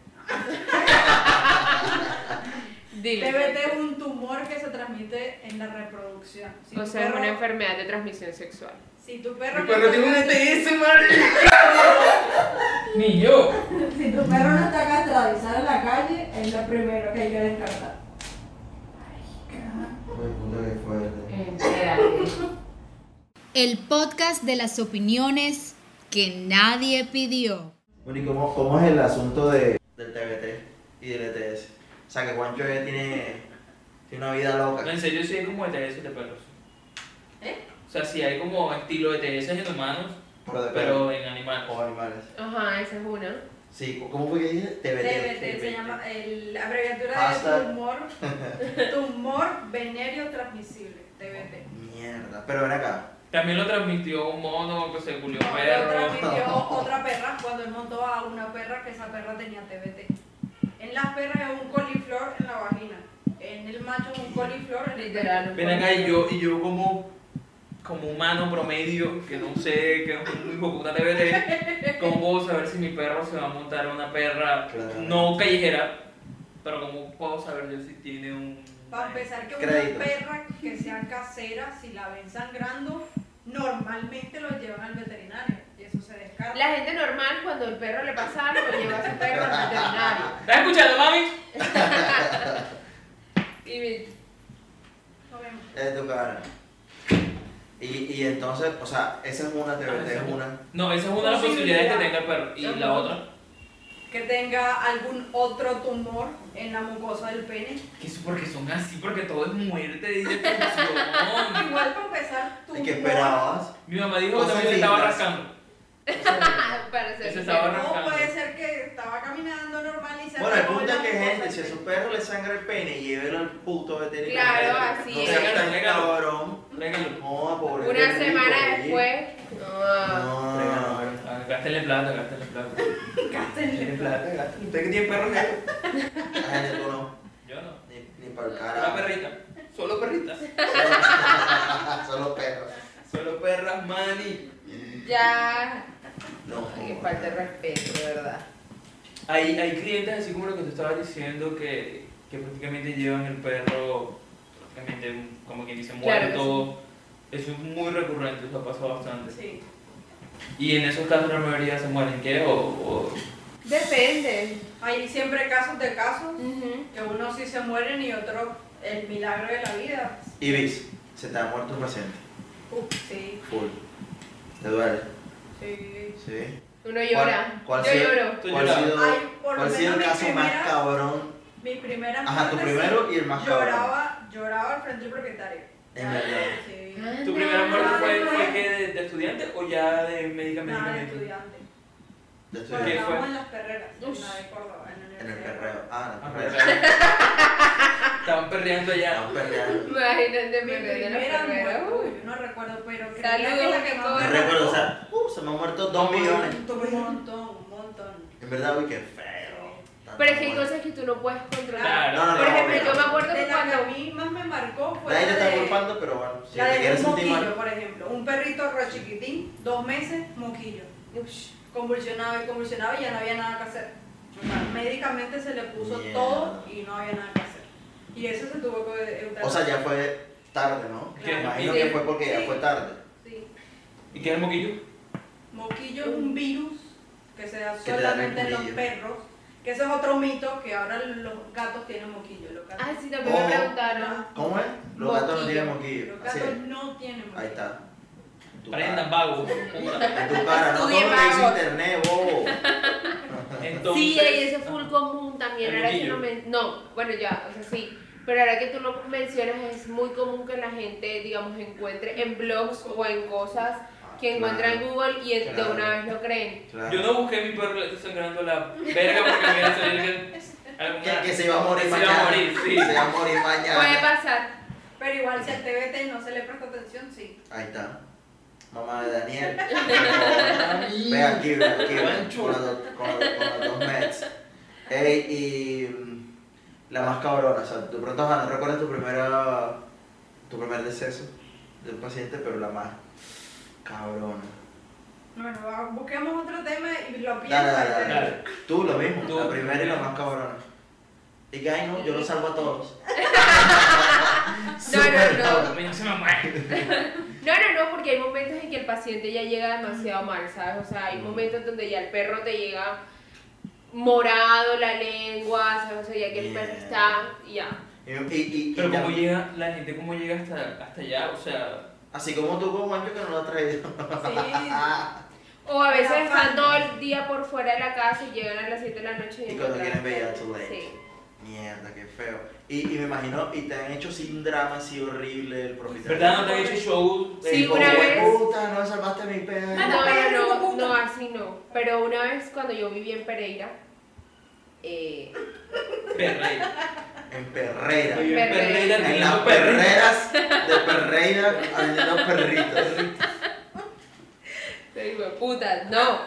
Speaker 5: TBT es un tumor que se transmite en la reproducción. Si
Speaker 3: O
Speaker 5: tu
Speaker 3: sea, es
Speaker 5: perro-
Speaker 3: una enfermedad de transmisión sexual.
Speaker 5: Si tu perro,
Speaker 4: Mi
Speaker 5: no
Speaker 4: perro
Speaker 5: está
Speaker 4: tiene un
Speaker 5: castrado-
Speaker 4: ETS, marica. Ni yo.
Speaker 5: [laughs] si tu perro no está castrado y sale a la calle, es lo primero que hay que descartar.
Speaker 2: Uy, puta que
Speaker 3: Eh.
Speaker 2: fuerte.
Speaker 1: El podcast de las opiniones que nadie pidió.
Speaker 2: Bueno, ¿y cómo, cómo es el asunto de, del TBT y del ETS? O sea, que Juancho ya tiene, tiene una vida loca.
Speaker 4: No, en serio, sí hay como ETS de perros.
Speaker 5: ¿Eh?
Speaker 4: O sea, sí hay como estilo ETS en humanos,
Speaker 2: Pero de perros
Speaker 4: pero en animales.
Speaker 2: o animales.
Speaker 3: Ajá, esa es una.
Speaker 2: Sí, ¿cómo fue que dije? TBT.
Speaker 5: TBT se llama el, la abreviatura es
Speaker 2: Hashtag.
Speaker 5: tumor,
Speaker 4: [laughs]
Speaker 5: tumor venéreo transmisible, TBT.
Speaker 2: Mierda. Pero ven acá.
Speaker 4: También lo transmitió un mono que se culió
Speaker 5: No, lo
Speaker 4: un perro.
Speaker 5: transmitió otra perra cuando él montó a una perra que esa perra tenía TBT. En las perras es un coliflor en la vagina. En el macho es un coliflor en el
Speaker 3: Literal.
Speaker 4: Ven acá y yo, y yo como, como humano promedio, que no sé, que es un hijo de puta TBT, ¿cómo puedo saber si mi perro se va a montar a una perra
Speaker 2: Claro.
Speaker 4: no callejera? Pero ¿cómo puedo saber yo si tiene un...
Speaker 5: Para empezar que
Speaker 2: Créditos.
Speaker 5: una perra que sea casera, si la ven sangrando, normalmente lo llevan al veterinario y eso se descarta.
Speaker 3: La gente normal, cuando el perro le pasa algo, lleva a su perro al veterinario.
Speaker 4: ¿Estás escuchando, mami?
Speaker 3: Y mi-
Speaker 5: Lo vemos.
Speaker 2: Es tu cara. Y, y entonces, o sea, esa es una,
Speaker 4: Ah,
Speaker 2: TBT
Speaker 4: esa
Speaker 2: es
Speaker 4: es
Speaker 2: una.
Speaker 4: No, esa es una de las posibilidades que tenga
Speaker 5: Posibilidad.
Speaker 4: el perro. Y
Speaker 5: Ajá.
Speaker 4: la otra,
Speaker 5: que tenga algún otro tumor en la mucosa del pene.
Speaker 4: que es porque son así, porque todo es muerte y destrucción.
Speaker 5: Igual para empezar, tumor.
Speaker 2: ¿Y qué
Speaker 4: [laughs]
Speaker 2: esperabas?
Speaker 4: mi mamá dijo que
Speaker 2: Cosas
Speaker 4: también le estaba
Speaker 2: lindas.
Speaker 4: rascando.
Speaker 3: Para ser
Speaker 4: Ese
Speaker 3: sincero.
Speaker 4: estaba
Speaker 5: No
Speaker 4: rascando.
Speaker 5: puede ser que estaba caminando normal y se
Speaker 2: Bueno, el
Speaker 5: come
Speaker 2: punto es
Speaker 5: las
Speaker 2: que, gente,
Speaker 5: cosas
Speaker 2: si a
Speaker 5: que-
Speaker 2: su perro le sangra el pene, llévelo al puto veterinario.
Speaker 3: Claro, así
Speaker 2: No
Speaker 3: es.
Speaker 2: seas tan
Speaker 4: Regalo.
Speaker 2: cabrón.
Speaker 4: Regalo.
Speaker 2: No, pobre.
Speaker 3: Una
Speaker 2: perrito,
Speaker 3: semana
Speaker 2: oye.
Speaker 4: ¿eh?
Speaker 3: después. No.
Speaker 2: No,
Speaker 4: Regalo. Ah, Gástenle plata, gástenle plata.
Speaker 5: Cástenle.
Speaker 4: Tiene plata, gástenle. ¿Usted que tiene perro negro?
Speaker 2: la gente tú no.
Speaker 4: Yo no.
Speaker 2: Ni, ni para el
Speaker 4: Una
Speaker 2: carajo.
Speaker 4: perrita. Solo perritas.
Speaker 2: Ah, Solo perros.
Speaker 4: Solo perras, mani.
Speaker 3: Ya.
Speaker 2: No.
Speaker 3: Ay, qué falta de respeto, de verdad.
Speaker 4: Hay, hay clientes, así como lo que tú estabas diciendo, que, que prácticamente llevan el perro, prácticamente, como quien dice,
Speaker 3: Claro que
Speaker 4: muerto. Eso es muy recurrente, eso ha pasado bastante.
Speaker 5: Sí.
Speaker 4: Y en esos casos la mayoría se mueren, ¿qué? O, o-
Speaker 3: Depende.
Speaker 5: Hay siempre casos de casos
Speaker 3: Ujú.
Speaker 5: que unos sí se mueren y otros el milagro de la vida.
Speaker 2: Ibis, se te ha muerto un paciente.
Speaker 5: Uf, sí,
Speaker 2: Full. ¿Te duele?
Speaker 5: sí.
Speaker 2: Sí.
Speaker 3: Uno llora.
Speaker 2: ¿Cuál- cuál
Speaker 3: Yo
Speaker 2: sí?
Speaker 3: lloro.
Speaker 4: Tú
Speaker 2: ¿Cuál ha
Speaker 4: llorabas.
Speaker 2: sido,
Speaker 5: Ay, por
Speaker 2: cuál
Speaker 5: lo
Speaker 2: ha sido el
Speaker 5: menos mi
Speaker 2: caso más
Speaker 5: primera-
Speaker 2: cabrón?
Speaker 5: Mi primera
Speaker 2: Ajá, tu
Speaker 5: muerte,
Speaker 2: primero
Speaker 5: sí,
Speaker 2: y el más cabrón.
Speaker 5: lloraba, lloraba al frente del propietario.
Speaker 2: Es verdad.
Speaker 5: Sí.
Speaker 3: Ah,
Speaker 4: ¿Tu primera muerte fue,
Speaker 5: no.
Speaker 4: fue que de, de estudiante o ya de médica
Speaker 5: Nada de
Speaker 4: médica?
Speaker 5: estudiante.
Speaker 2: Yo estoy
Speaker 5: Cuando
Speaker 4: ¿Qué
Speaker 2: en
Speaker 5: estábamos
Speaker 4: fue?
Speaker 5: en las perreras, en la de Córdoba, en la
Speaker 2: el
Speaker 5: universidad.
Speaker 2: perreo. Ah,
Speaker 4: Ah,
Speaker 2: en el
Speaker 4: pero-
Speaker 2: perreo.
Speaker 4: [laughs] Estaban perreando allá.
Speaker 2: Estamos peleando.
Speaker 3: Imagínate,
Speaker 5: Mi
Speaker 3: me quedé en la
Speaker 5: primera
Speaker 3: primera.
Speaker 5: muerte, uy, no recuerdo, pero creo que
Speaker 3: Saludos,
Speaker 5: es la que
Speaker 3: mi
Speaker 5: más
Speaker 2: No
Speaker 5: me
Speaker 3: corazón.
Speaker 2: recuerdo, o sea, uh, se me han muerto dos
Speaker 5: pues,
Speaker 2: millones.
Speaker 5: Un montón, un montón.
Speaker 2: En verdad, uy, qué feo. Tanto
Speaker 3: Pero es que hay
Speaker 2: amor.
Speaker 3: cosas que tú no puedes controlar.
Speaker 4: Claro.
Speaker 2: No, no, no.
Speaker 3: Por ejemplo, yo me acuerdo
Speaker 5: De
Speaker 3: que
Speaker 5: la que a
Speaker 3: cuando.
Speaker 5: mí más me marcó fue
Speaker 2: Nadie te
Speaker 5: la
Speaker 2: está
Speaker 5: de-
Speaker 2: culpando, pero bueno, si
Speaker 5: la
Speaker 2: te
Speaker 5: de
Speaker 2: quieres
Speaker 5: un
Speaker 2: sentir
Speaker 5: moquillo,
Speaker 2: mal.
Speaker 5: por ejemplo. Un perrito re chiquitín, dos meses, moquillo.
Speaker 3: Ush.
Speaker 5: Convulsionaba y convulsionaba y ya no había nada que hacer. O sea, médicamente se le puso
Speaker 2: Mierda.
Speaker 5: todo y no había nada que hacer. Y eso se tuvo que eutanasia.
Speaker 2: O sea, ya fue tarde, ¿no?
Speaker 4: ¿Qué?
Speaker 2: Me imagino
Speaker 3: Sí.
Speaker 2: que fue porque ya
Speaker 5: Sí.
Speaker 2: fue tarde.
Speaker 5: Sí.
Speaker 4: ¿Y qué es el moquillo?
Speaker 5: Moquillo es un virus que se da
Speaker 2: Que te dan
Speaker 5: solamente en
Speaker 2: el
Speaker 5: los
Speaker 2: moquillo.
Speaker 5: perros. Que ese es otro mito, que ahora los gatos tienen moquillo. Los gatos,
Speaker 3: Ah, sí, también me
Speaker 4: Oh.
Speaker 2: Ojo.
Speaker 3: preguntaron.
Speaker 2: ¿Cómo es? Los gatos no tienen moquillo.
Speaker 5: los
Speaker 2: Así
Speaker 5: gatos
Speaker 2: es.
Speaker 5: no tienen moquillo.
Speaker 2: Ahí está. En tu cara.
Speaker 4: Prendan vago.
Speaker 2: [laughs] En tu cara, no todo lo que
Speaker 3: Estudien,
Speaker 2: dice
Speaker 3: vago.
Speaker 2: internet, bobo.
Speaker 4: Entonces,
Speaker 3: sí, y eso es full común también.
Speaker 4: El
Speaker 3: Ahora que
Speaker 4: moquillo.
Speaker 3: no, men- no, bueno, ya, o sea, sí. Pero ahora que tú lo mencionas, es muy común que la gente, digamos, encuentre en blogs o en cosas que encuentra en Google y en- de
Speaker 2: Claro.
Speaker 3: una vez lo creen.
Speaker 2: Claro.
Speaker 4: Yo no busqué mi perro, le estoy sangrando la verga porque me iba a salir el- alguna-
Speaker 2: Que, que se iba a morir
Speaker 4: Que
Speaker 2: mañana.
Speaker 4: Se iba a morir,
Speaker 2: [laughs]
Speaker 4: sí.
Speaker 2: Se iba a morir
Speaker 3: Puede
Speaker 2: mañana.
Speaker 3: pasar.
Speaker 5: Pero igual si al TBT no se le presta atención, sí.
Speaker 2: Ahí está. Mamá de
Speaker 3: [laughs]
Speaker 2: Daniel. Ve aquí, ve aquí, ve, con las dos- con las- con las dos meds. Ey, y mm, la más cabrona, o sea, de pronto ajá, no recuerdas tu primera tu primer deceso de un paciente, pero la más cabrona.
Speaker 5: Bueno, va- busquemos otro tema y lo pienso.
Speaker 2: Dale, dale, dale.
Speaker 4: Dale.
Speaker 2: Tú lo mismo,
Speaker 4: Tú.
Speaker 2: la primera y la más cabrona. Y que, ay no, yo los salvo a todos.
Speaker 3: [laughs] No,
Speaker 2: Súper
Speaker 3: no, no.
Speaker 4: A mí no se me muere.
Speaker 3: No, no, no, porque hay momentos en que el paciente ya llega demasiado mal, ¿sabes? O sea,
Speaker 2: Mm.
Speaker 3: hay momentos donde ya el perro te llega morado la lengua, ¿sabes? O sea, ya que el perro
Speaker 2: Bien.
Speaker 3: está, y ya.
Speaker 2: Y, y- y-
Speaker 4: Pero
Speaker 2: y ya.
Speaker 4: cómo llega, la gente cómo lega hasta, hasta allá, o sea...
Speaker 2: Así como tú con Juancho que no lo has traído. [laughs]
Speaker 5: Sí.
Speaker 3: O a veces
Speaker 5: Pero
Speaker 3: están
Speaker 5: aparte-
Speaker 3: todo el día por fuera de la casa y llegan a las 7 de la noche y,
Speaker 2: Y cuando
Speaker 3: encuentran-
Speaker 2: quieren ver ya too late.
Speaker 3: Sí.
Speaker 2: Mierda, qué feo. Y, y me imagino, y te han hecho sin drama así horrible el profesor.
Speaker 4: ¿Verdad? ¿No te han hecho show?
Speaker 3: Sí,
Speaker 2: Tipo,
Speaker 3: una
Speaker 2: "Hue
Speaker 3: vez.
Speaker 2: puta, Ah, no salvaste a mi perro.
Speaker 3: No, no, no, no, así no. Pero una vez cuando yo vivía en Pereira, eh,
Speaker 4: Perreira.
Speaker 2: En Perrera.
Speaker 4: Yo en Perreira
Speaker 2: En las
Speaker 4: teniendo perritos.
Speaker 2: perreras de Perreira, vendiendo perritos.
Speaker 3: te digo, puta, no.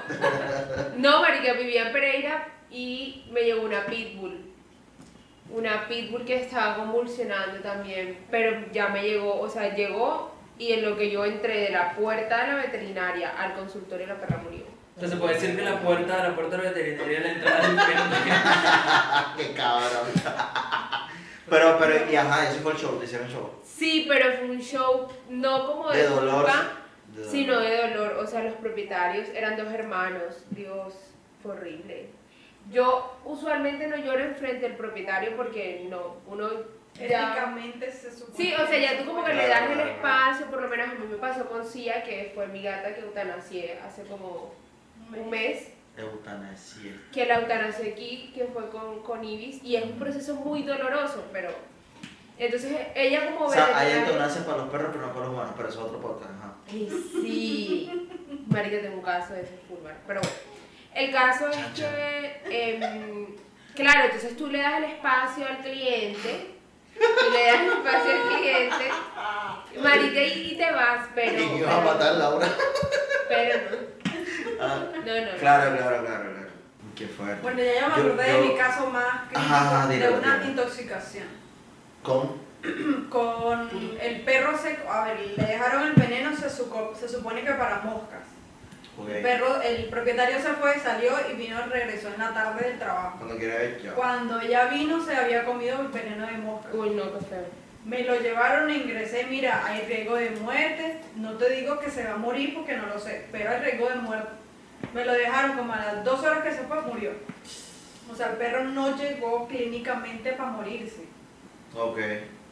Speaker 3: No, marica, vivía en Pereira y me llegó una pitbull. Una pitbull que estaba convulsionando también, pero ya me llegó, o sea, llegó y en lo que yo entré de la puerta de la veterinaria al consultorio la perra murió.
Speaker 4: O sea, se puede decir que la puerta, la puerta de la veterinaria es la entrada del infierno.
Speaker 2: Ah, qué cabrón. Pero, pero, y ajá, ese fue el show, te hicieron show.
Speaker 3: Sí, pero fue un show no como de,
Speaker 2: De dolor.
Speaker 3: culpa,
Speaker 2: De dolor.
Speaker 3: sino de dolor. O sea, los propietarios eran dos hermanos. Dios, fue horrible. Yo usualmente no lloro enfrente del propietario porque no, uno ya...
Speaker 5: Éticamente se supone.
Speaker 3: Sí, o sea, ya tú como que le das
Speaker 2: Claro,
Speaker 3: el
Speaker 2: claro,
Speaker 3: espacio, por lo menos a mí me pasó con Cia, que fue mi gata que eutanasié hace como un mes
Speaker 2: Eutanasia.
Speaker 3: que la eutanasia aquí, que fue con, con Ibis, y es un proceso muy doloroso, pero... Entonces ella como...
Speaker 2: O sea, hay
Speaker 3: veterinaria-
Speaker 2: eutanasia para los perros, pero no para los humanos, pero eso es otro podcast, ajá.
Speaker 3: Ay, sí. Marica, tengo un caso de ese fulbar, pero bueno. El caso es que, em, claro, entonces tú le das el espacio al cliente, tú le das el espacio al cliente, marica, y, y te vas, pero...
Speaker 2: Y me
Speaker 3: pero,
Speaker 2: vas a matar, Laura.
Speaker 3: pero
Speaker 2: Ah,
Speaker 3: no, no, no.
Speaker 2: Claro, claro, claro, claro. Qué fuerte.
Speaker 5: Bueno, ya yo me
Speaker 2: Yo-
Speaker 5: acordé de
Speaker 2: yo-
Speaker 5: mi caso más crítico
Speaker 2: Ajá,
Speaker 5: de
Speaker 2: dilo,
Speaker 5: una
Speaker 2: dilo.
Speaker 5: intoxicación.
Speaker 2: ¿Cómo?
Speaker 5: Con el perro seco, a ver, le dejaron el veneno, se, suco- se supone que para moscas. El
Speaker 2: Ok.
Speaker 5: perro, el propietario se fue, salió y vino, regresó en la tarde del trabajo.
Speaker 2: Cuando quiera ver, ya.
Speaker 5: Cuando ya vino, se había comido el veneno de mosca.
Speaker 3: Uy, no, qué feo.
Speaker 5: Me lo llevaron, e ingresé, mira, hay riesgo de muerte. No te digo que se va a morir porque no lo sé, pero hay riesgo de muerte. Me lo dejaron como a las dos horas que se fue, murió. O sea, el perro no llegó clínicamente para morirse.
Speaker 2: Ok.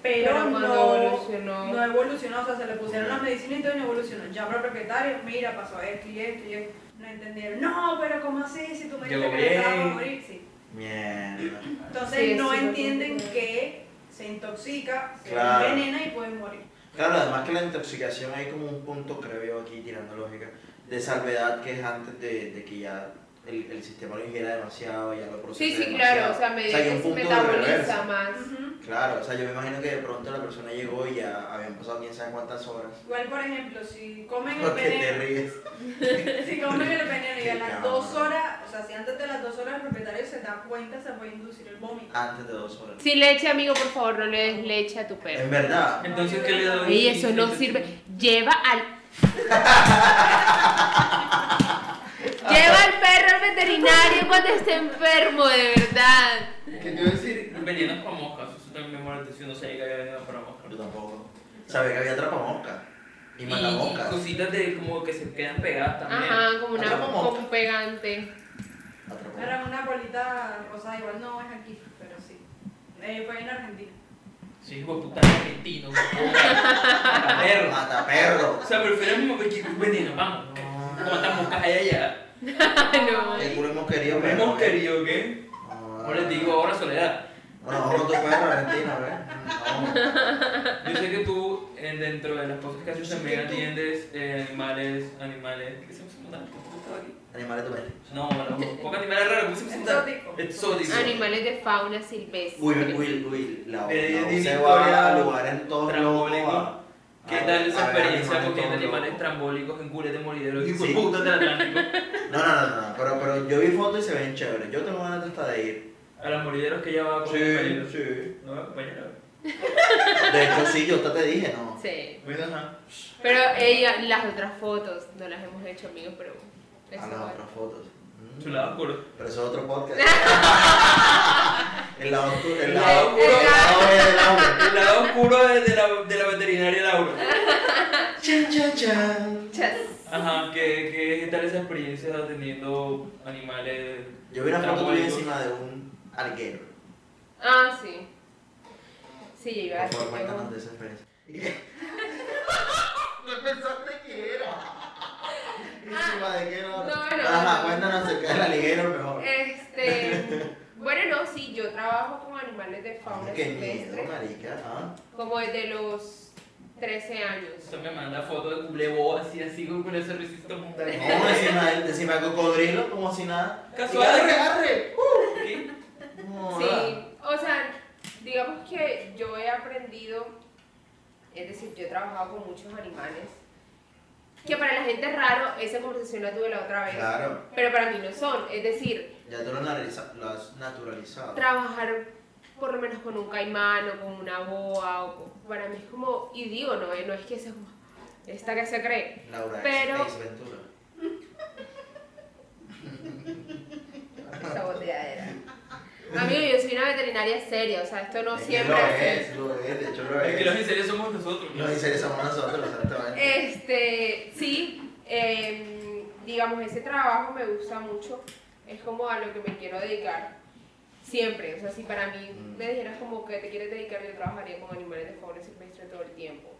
Speaker 5: Pero,
Speaker 3: Pero cuando
Speaker 5: no
Speaker 3: evolucionó.
Speaker 5: No evolucionó, o sea, se le pusieron la medicina y todo no evolucionó. Llama al propietario, mira, pasó esto y esto y esto. No entendieron. No, pero ¿cómo así? Si tú me dijiste
Speaker 4: Llegó
Speaker 5: que estaba para
Speaker 4: bien.
Speaker 5: morir, sí.
Speaker 2: Mierda.
Speaker 5: Entonces
Speaker 3: Sí,
Speaker 5: no
Speaker 3: sí,
Speaker 5: entienden
Speaker 3: sí.
Speaker 5: que se intoxica, se
Speaker 2: Claro.
Speaker 5: envenena y pueden morir.
Speaker 2: Claro, además que la intoxicación hay como un punto, creo yo, aquí tirando lógica, de salvedad que es antes de, de que ya el, el sistema lo ingiera demasiado, ya lo procesa
Speaker 3: Sí, sí, claro,
Speaker 2: demasiado.
Speaker 3: o sea, me,
Speaker 2: hay un punto de
Speaker 3: metaboliza
Speaker 2: reversa.
Speaker 3: más.
Speaker 5: Ujú.
Speaker 2: Claro, o sea, yo me imagino que de pronto la persona llegó y ya habían pasado quién sabe cuántas horas.
Speaker 5: Igual, por ejemplo, si
Speaker 2: [laughs]
Speaker 5: comen el
Speaker 2: Porque te
Speaker 5: veneno,
Speaker 2: ríes.
Speaker 5: [laughs] si comen el veneno y a
Speaker 2: Qué
Speaker 5: las
Speaker 2: cabrón.
Speaker 5: dos horas, o sea, si antes de las dos horas el propietario se da cuenta, se puede inducir el vómito.
Speaker 2: Antes de dos horas.
Speaker 3: Sin leche, amigo, por favor, no le des leche a tu
Speaker 2: En
Speaker 3: perro.
Speaker 2: verdad.
Speaker 4: Entonces, ¿qué le doy?
Speaker 3: Y eso no sirve. Lleva al. [laughs] Lleva al perro al veterinario cuando esté enfermo, de verdad.
Speaker 2: ¿Qué te iba a decir?
Speaker 4: Vendiendo con moscas, eso también me molesta si no sabía que había vendido para moscas.
Speaker 2: Yo tampoco. Sabía que había atrapamosca y
Speaker 4: Y
Speaker 2: matamosca.
Speaker 4: cositas de como que se quedan pegadas también.
Speaker 3: Ajá, como una
Speaker 2: Atrapa mosca.
Speaker 3: como un pegante.
Speaker 5: Era una bolita rosada, igual no es aquí, pero sí. Eh, fue en Argentina.
Speaker 4: Sí, hijo de puta argentino.
Speaker 2: Perro,
Speaker 4: Para perro.
Speaker 2: mata perro.
Speaker 4: O sea, prefiero mismo que chico veneno, vamos. ¿Cuántas moscas hay allá?
Speaker 3: [laughs] no.
Speaker 2: El culo hemos querido,
Speaker 4: ¿Me
Speaker 2: pero.
Speaker 4: hemos querido qué?
Speaker 2: Ah.
Speaker 4: No les digo ahora soledad.
Speaker 2: Bueno, vamos con tu perro argentino, ¿ves?
Speaker 4: Yo sé que tú, eh, dentro de las cosas que haces, también atiendes eh, animales, animales. ¿Qué se me hizo tan poco aquí?
Speaker 2: No, animales domésticos.
Speaker 4: No, no, poco animales raros, ¿cómo se me hizo tan-
Speaker 5: Exótico.
Speaker 4: Exótico.
Speaker 3: Animales de fauna silvestre.
Speaker 2: Uy, uy, uy, la la
Speaker 4: Eh,
Speaker 2: U
Speaker 4: di
Speaker 2: se
Speaker 4: Victoria,
Speaker 2: va a lugares en todos lados.
Speaker 4: Trambólico.
Speaker 2: a-
Speaker 4: ¿Qué
Speaker 2: a-
Speaker 4: tal
Speaker 2: a
Speaker 4: esa
Speaker 2: ver
Speaker 4: experiencia
Speaker 2: animales en
Speaker 4: cogiendo
Speaker 2: todos
Speaker 4: animales
Speaker 2: lados?
Speaker 4: trambólicos en cules de morideros y
Speaker 2: Sí.
Speaker 4: por putas del Atlántico?
Speaker 2: No, no, no, no, pero, pero yo vi fotos y se ven chéveres. Yo tengo ganas hasta de ir.
Speaker 4: A los morideros que ella va con compañeros.
Speaker 2: sí.
Speaker 4: No, compañero.
Speaker 2: De hecho, sí, yo hasta te dije, ¿no?
Speaker 3: Sí.
Speaker 2: Mira, ajá.
Speaker 3: Pero ella, las otras fotos no las hemos hecho, amigos, pero. eso
Speaker 2: A las
Speaker 3: vale.
Speaker 2: Ah, otras fotos. Mm.
Speaker 4: Su lado oscuro.
Speaker 2: Pero eso es otro [laughs] podcast. el lado oscuro. El
Speaker 4: El
Speaker 2: lado
Speaker 4: lado
Speaker 2: oscuro. El lado verde del agua.
Speaker 4: El lado oscuro de, de la, de la veterinaria Laura.
Speaker 2: Chan, chan, chan.
Speaker 3: Chas.
Speaker 4: Ajá, ¿qué, qué, qué tal esa experiencia atendiendo animales?
Speaker 2: Yo vi una foto tuya
Speaker 4: trambólicos?
Speaker 2: encima de un alguero.
Speaker 3: Ah, sí. Sí, yo iba a
Speaker 2: Por
Speaker 3: decir.
Speaker 2: favor,
Speaker 3: que-
Speaker 2: cuéntanos de esa experiencia.
Speaker 3: [laughs]
Speaker 2: [laughs] No pensaste que
Speaker 3: [laughs]
Speaker 2: era. Encima de que no.
Speaker 3: no, no,
Speaker 2: Ajá,
Speaker 3: no. Eh,
Speaker 2: cuéntanos acerca del alguero mejor. [laughs]
Speaker 3: Este, bueno, no, sí, yo trabajo con animales de fauna
Speaker 2: Qué miedo,
Speaker 3: silvestre,
Speaker 2: marica. ¿ah?
Speaker 3: como desde los 13 años.
Speaker 4: Usted me manda fotos de culebo así, así con con ese risito montañoso.
Speaker 2: No, encima del encima del cocodrilo, como si nada.
Speaker 4: Casual.
Speaker 2: Y Arre, arre.
Speaker 4: ¿Qué?
Speaker 2: No,
Speaker 3: Sí,
Speaker 2: nada.
Speaker 3: o sea, digamos que yo he aprendido, es decir, yo he trabajado con muchos animales, que para la gente es raro, esa conversación la tuve la otra vez,
Speaker 2: Claro,
Speaker 3: pero para mí no son, es decir,
Speaker 2: ya tú lo, analiza- lo has naturalizado.
Speaker 3: trabajar por lo menos con un caimán o con una boa, o con- para mí es como, y digo, no, eh, no es que sea como, esta que se cree,
Speaker 2: Laura, ex-
Speaker 3: Pero-
Speaker 2: ex Ventura.
Speaker 3: Esa boteadera. Amigo, yo soy una veterinaria seria, o sea, esto no
Speaker 2: Es que
Speaker 3: siempre
Speaker 2: lo
Speaker 3: es así.
Speaker 2: es, lo es, de hecho lo
Speaker 4: Es que los
Speaker 2: es.
Speaker 4: miserios somos nosotros. ¿no?
Speaker 2: Pues, Los interesamos nosotros,
Speaker 3: Eh,
Speaker 2: exactamente.
Speaker 3: Este, sí, eh, digamos, ese trabajo me gusta mucho, es como a lo que me quiero dedicar siempre, o sea, si para mí
Speaker 2: Mm.
Speaker 3: me dijeras como que te quieres dedicar, yo trabajaría con animales de fauna silvestre todo el tiempo.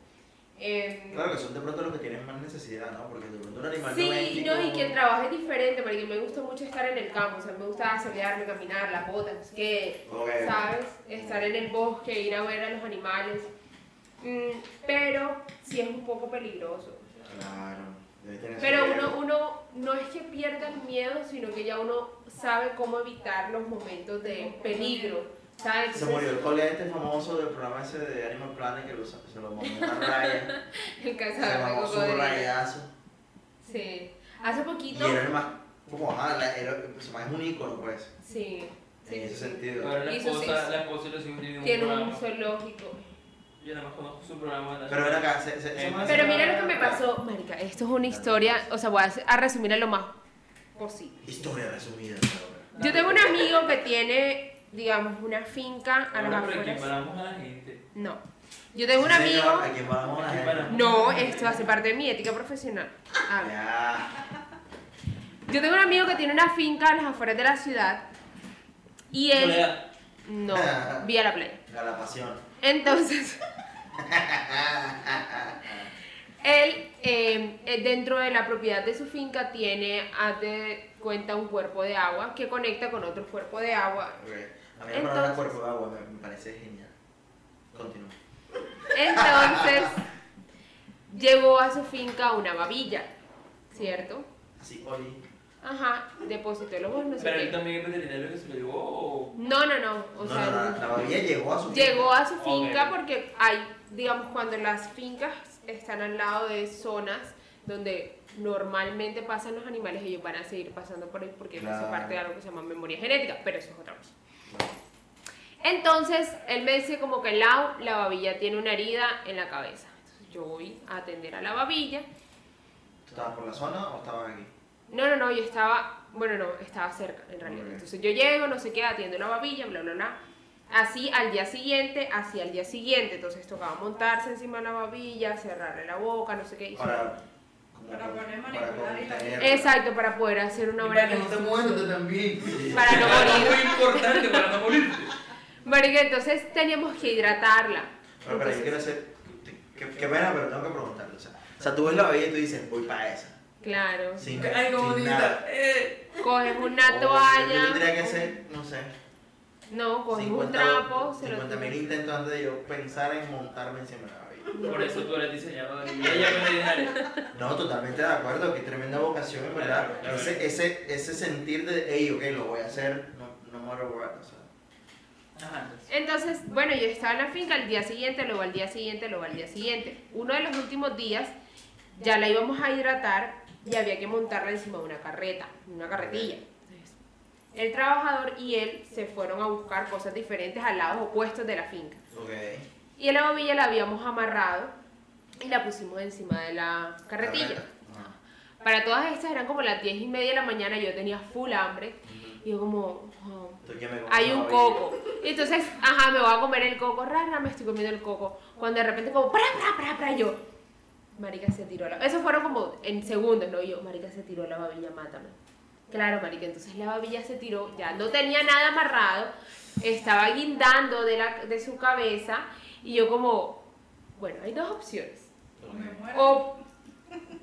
Speaker 3: Em,
Speaker 2: Claro que son de pronto los que tienen más necesidad, ¿no? Porque de pronto un Ah, animal
Speaker 3: Sí,
Speaker 2: doméstico-
Speaker 3: no, y que el trabajo es diferente, porque me gusta mucho estar en el campo, o sea, me gusta solearme, caminar, las botas, no sé qué,
Speaker 2: Ok.
Speaker 3: ¿sabes? Estar en el bosque, ir a ver a los animales. Mm, pero sí es un poco peligroso.
Speaker 2: Claro, debe tener su
Speaker 3: Pero
Speaker 2: riesgo.
Speaker 3: uno, uno no es que pierda el miedo, sino que ya uno sabe cómo evitar los momentos de peligro. ¿sabes?
Speaker 2: Se
Speaker 3: Entonces,
Speaker 2: murió el cole este famoso del programa ese de Animal Planet que lo, sa- se lo mamó una
Speaker 3: [laughs]
Speaker 2: raya.
Speaker 3: El
Speaker 2: se le
Speaker 3: cazador de
Speaker 2: mamó su
Speaker 3: cocodrilos.
Speaker 2: rayazo.
Speaker 3: Sí. Hace
Speaker 2: Y
Speaker 3: poquito.
Speaker 2: era el más. Como, ajá, la- era, pues, más es un ícono, pues.
Speaker 3: Sí.
Speaker 2: en
Speaker 3: Sí,
Speaker 2: ese
Speaker 3: sí.
Speaker 2: sentido.
Speaker 4: Ahora la
Speaker 3: Hizo
Speaker 4: esposa,
Speaker 3: seis.
Speaker 4: la esposa y los hijos tienen un
Speaker 3: Tiene un
Speaker 4: programa.
Speaker 3: zoológico.
Speaker 4: Yo nada más conozco su programa. la-
Speaker 2: Pero ven acá, se, se, se-
Speaker 4: Pero
Speaker 2: se-
Speaker 3: Pero mira lo que me pasó, Marica. Esto es una historia, o sea, voy a, hacer- a resumirla lo más posible.
Speaker 2: Historia resumida. ahora.
Speaker 3: Yo tengo un amigo que tiene, digamos, una finca a las
Speaker 4: Ahora, pero aquí
Speaker 3: afueras.
Speaker 4: paramos a la gente.
Speaker 3: No. Yo tengo un
Speaker 2: Sí, señor,
Speaker 3: amigo.
Speaker 2: Aquí paramos la
Speaker 4: Aquí
Speaker 2: gente.
Speaker 4: paramos.
Speaker 3: No, esto hace parte de mi ética profesional. A ver.
Speaker 2: Ya.
Speaker 3: Yo tengo un amigo que tiene una finca a las afueras de la ciudad. Y él.
Speaker 4: Soledad,
Speaker 3: No, vía la playa.
Speaker 2: A la pasión.
Speaker 3: Entonces, [laughs] él eh, eh, dentro de la propiedad de su finca tiene, haz de cuenta, un cuerpo de agua que conecta con otro cuerpo de agua.
Speaker 2: Ok. A mí me paró
Speaker 3: Entonces-
Speaker 2: el cuerpo de agua, me, me parece genial. Continúa. [laughs]
Speaker 3: Entonces, llegó a su finca una babilla, ¿cierto?
Speaker 2: Así, oye.
Speaker 3: Ajá, depositó los bonos, no sé
Speaker 4: Pero él
Speaker 3: qué.
Speaker 4: también es veterinario que se lo llevó.
Speaker 3: No, no, no, o
Speaker 2: No,
Speaker 3: sea,
Speaker 2: no, no, la babilla llegó a su
Speaker 3: llegó a su
Speaker 4: Ok.
Speaker 3: finca porque hay, digamos, cuando las fincas están al lado de zonas donde normalmente pasan los animales, ellos van a seguir pasando por ahí porque eso
Speaker 2: Claro.
Speaker 3: hace parte de algo que se llama memoria genética, pero eso es otra cosa.
Speaker 2: Bueno.
Speaker 3: Entonces, él me dice como que Lau, la babilla tiene una herida en la cabeza. Entonces, yo voy a atender a la babilla.
Speaker 2: ¿Tú estabas por la zona o estabas aquí?
Speaker 3: No, no, no, yo estaba, bueno, no, estaba cerca en realidad.
Speaker 2: Ok.
Speaker 3: Entonces yo llego, no sé qué, atiendo la babilla, bla, bla, bla. Así al día siguiente, así al día siguiente. Entonces tocaba montarse encima de la babilla, cerrarle la boca, no sé qué.
Speaker 2: Para. como
Speaker 5: Para
Speaker 2: con-
Speaker 5: poner
Speaker 2: para
Speaker 5: manipular y la-
Speaker 2: contenerla.
Speaker 3: Exacto, para poder hacer una obra.
Speaker 2: no te muerto también. Sí.
Speaker 3: Para no
Speaker 4: Algo
Speaker 3: morir.
Speaker 4: Muy importante para no morirte.
Speaker 3: Marica, entonces teníamos que hidratarla.
Speaker 2: Pero, pero yo quiero hacer. Qué, qué pena, pero tengo que preguntarle. O sea, o sea, tú ves la babilla y tú dices, voy para esa.
Speaker 3: Claro.
Speaker 2: Sin,
Speaker 4: Ay,
Speaker 2: sin
Speaker 4: qué bonita.
Speaker 2: nada.
Speaker 4: Eh.
Speaker 3: Coges
Speaker 2: O
Speaker 3: una
Speaker 2: Oh, yo
Speaker 3: toalla.
Speaker 2: tendría que ser, no sé.
Speaker 3: No, coges un
Speaker 2: 50
Speaker 3: trapo. se lo-
Speaker 2: 50 mil intentos antes de yo pensar en montarme encima de la babilla.
Speaker 4: Por eso tú eres diseñador y ella es veterinaria.
Speaker 2: No, totalmente de acuerdo, qué tremenda vocación, en verdad.
Speaker 4: Claro, claro.
Speaker 2: Ese, ese, ese sentir de, hey, ok, lo voy a hacer, no, no me lo voy a hacer.
Speaker 4: Ajá, entonces.
Speaker 3: Entonces, bueno, yo estaba en la finca al día siguiente, luego al día siguiente, luego al día siguiente. Uno de los últimos días ya la íbamos a hidratar y había que montarla encima de una carreta, una carretilla. Entonces, El trabajador y él se fueron a buscar cosas diferentes al lado opuestos de la finca.
Speaker 2: Ok.
Speaker 3: Y en la bobilla la habíamos amarrado y la pusimos encima de la carretilla.
Speaker 2: Ajá.
Speaker 3: Para todas estas eran como las 10 y media de la mañana, yo tenía full hambre
Speaker 2: Ujú.
Speaker 3: y yo como... "Oh,
Speaker 2: Tú ya me comes
Speaker 3: hay
Speaker 2: la
Speaker 3: un
Speaker 2: babilla.
Speaker 3: coco. Y entonces, ajá, me voy a comer el coco, rara, me estoy comiendo el coco. Cuando de repente como, para, para, para, para, yo. Marica se tiró la... Eso fueron como en segundos, ¿no? Y yo, marica se tiró la babilla, mátame. Claro, marica, entonces la babilla se tiró, ya no tenía nada amarrado, estaba guindando de, la, de su cabeza y yo como, bueno, hay dos opciones.
Speaker 5: Me muero.
Speaker 3: O,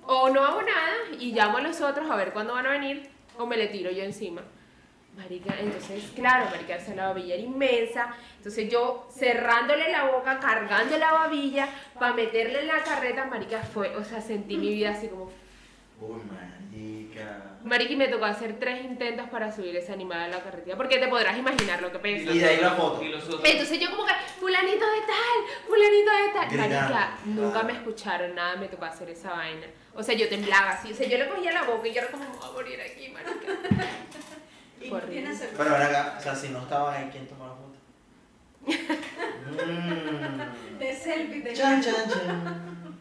Speaker 3: o no hago nada y llamo a los otros a ver cuándo van a venir, o me le tiro yo encima. Marica, entonces, claro, marica, esa la babilla era inmensa. Entonces yo cerrándole la boca, cargando la babilla, para meterle en la carreta, marica, fue, o sea, sentí mi vida así como...
Speaker 2: Uy, marica.
Speaker 3: Marica, y me tocó hacer tres intentos para subir ese animal a la carretilla, porque te podrás imaginar lo que pensé.
Speaker 2: Y de ahí la foto.
Speaker 4: Y los otros.
Speaker 3: Entonces yo como que, fulanito de tal, fulanito de tal.
Speaker 2: Gritando.
Speaker 3: Marica, nunca
Speaker 2: Claro.
Speaker 3: me escucharon nada, me tocó hacer esa vaina. O sea, yo temblaba así. O sea, yo le cogía la boca y yo era como, "Me voy a morir aquí, marica.
Speaker 5: Y
Speaker 3: Horrible.
Speaker 5: tienes el-
Speaker 2: Pero ahora acá, o sea, si no estaban ahí, ¿quién tomó la foto? Mm.
Speaker 5: de selfie de
Speaker 2: Chan, chan, chan.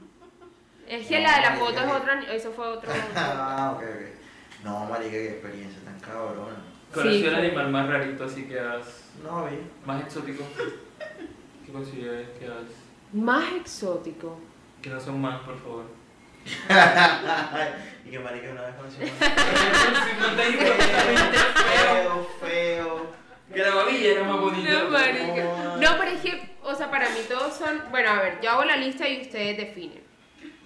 Speaker 3: Es que
Speaker 2: No,
Speaker 3: la de la
Speaker 2: marica,
Speaker 3: foto es
Speaker 2: que-
Speaker 3: otra, eso fue
Speaker 2: [laughs]
Speaker 3: otro.
Speaker 2: Ah, ok, ok. No, marica, qué experiencia tan cabrona.
Speaker 4: Conoció
Speaker 3: Sí.
Speaker 4: el animal más rarito, así que has.
Speaker 2: No, bien.
Speaker 4: más exótico. ¿Qué consideras que has?
Speaker 3: Más exótico.
Speaker 4: Que no son más,
Speaker 3: [laughs]
Speaker 4: por favor.
Speaker 2: y que marica una vez
Speaker 3: [laughs]
Speaker 2: conocí a un
Speaker 4: no te importante feo.
Speaker 2: feo, feo.
Speaker 4: Que la babilla era más bonita.
Speaker 3: No, marica.
Speaker 2: Ay.
Speaker 3: No, pero es que, o sea, para mí todos son. Bueno, a ver, yo hago la lista y ustedes definen.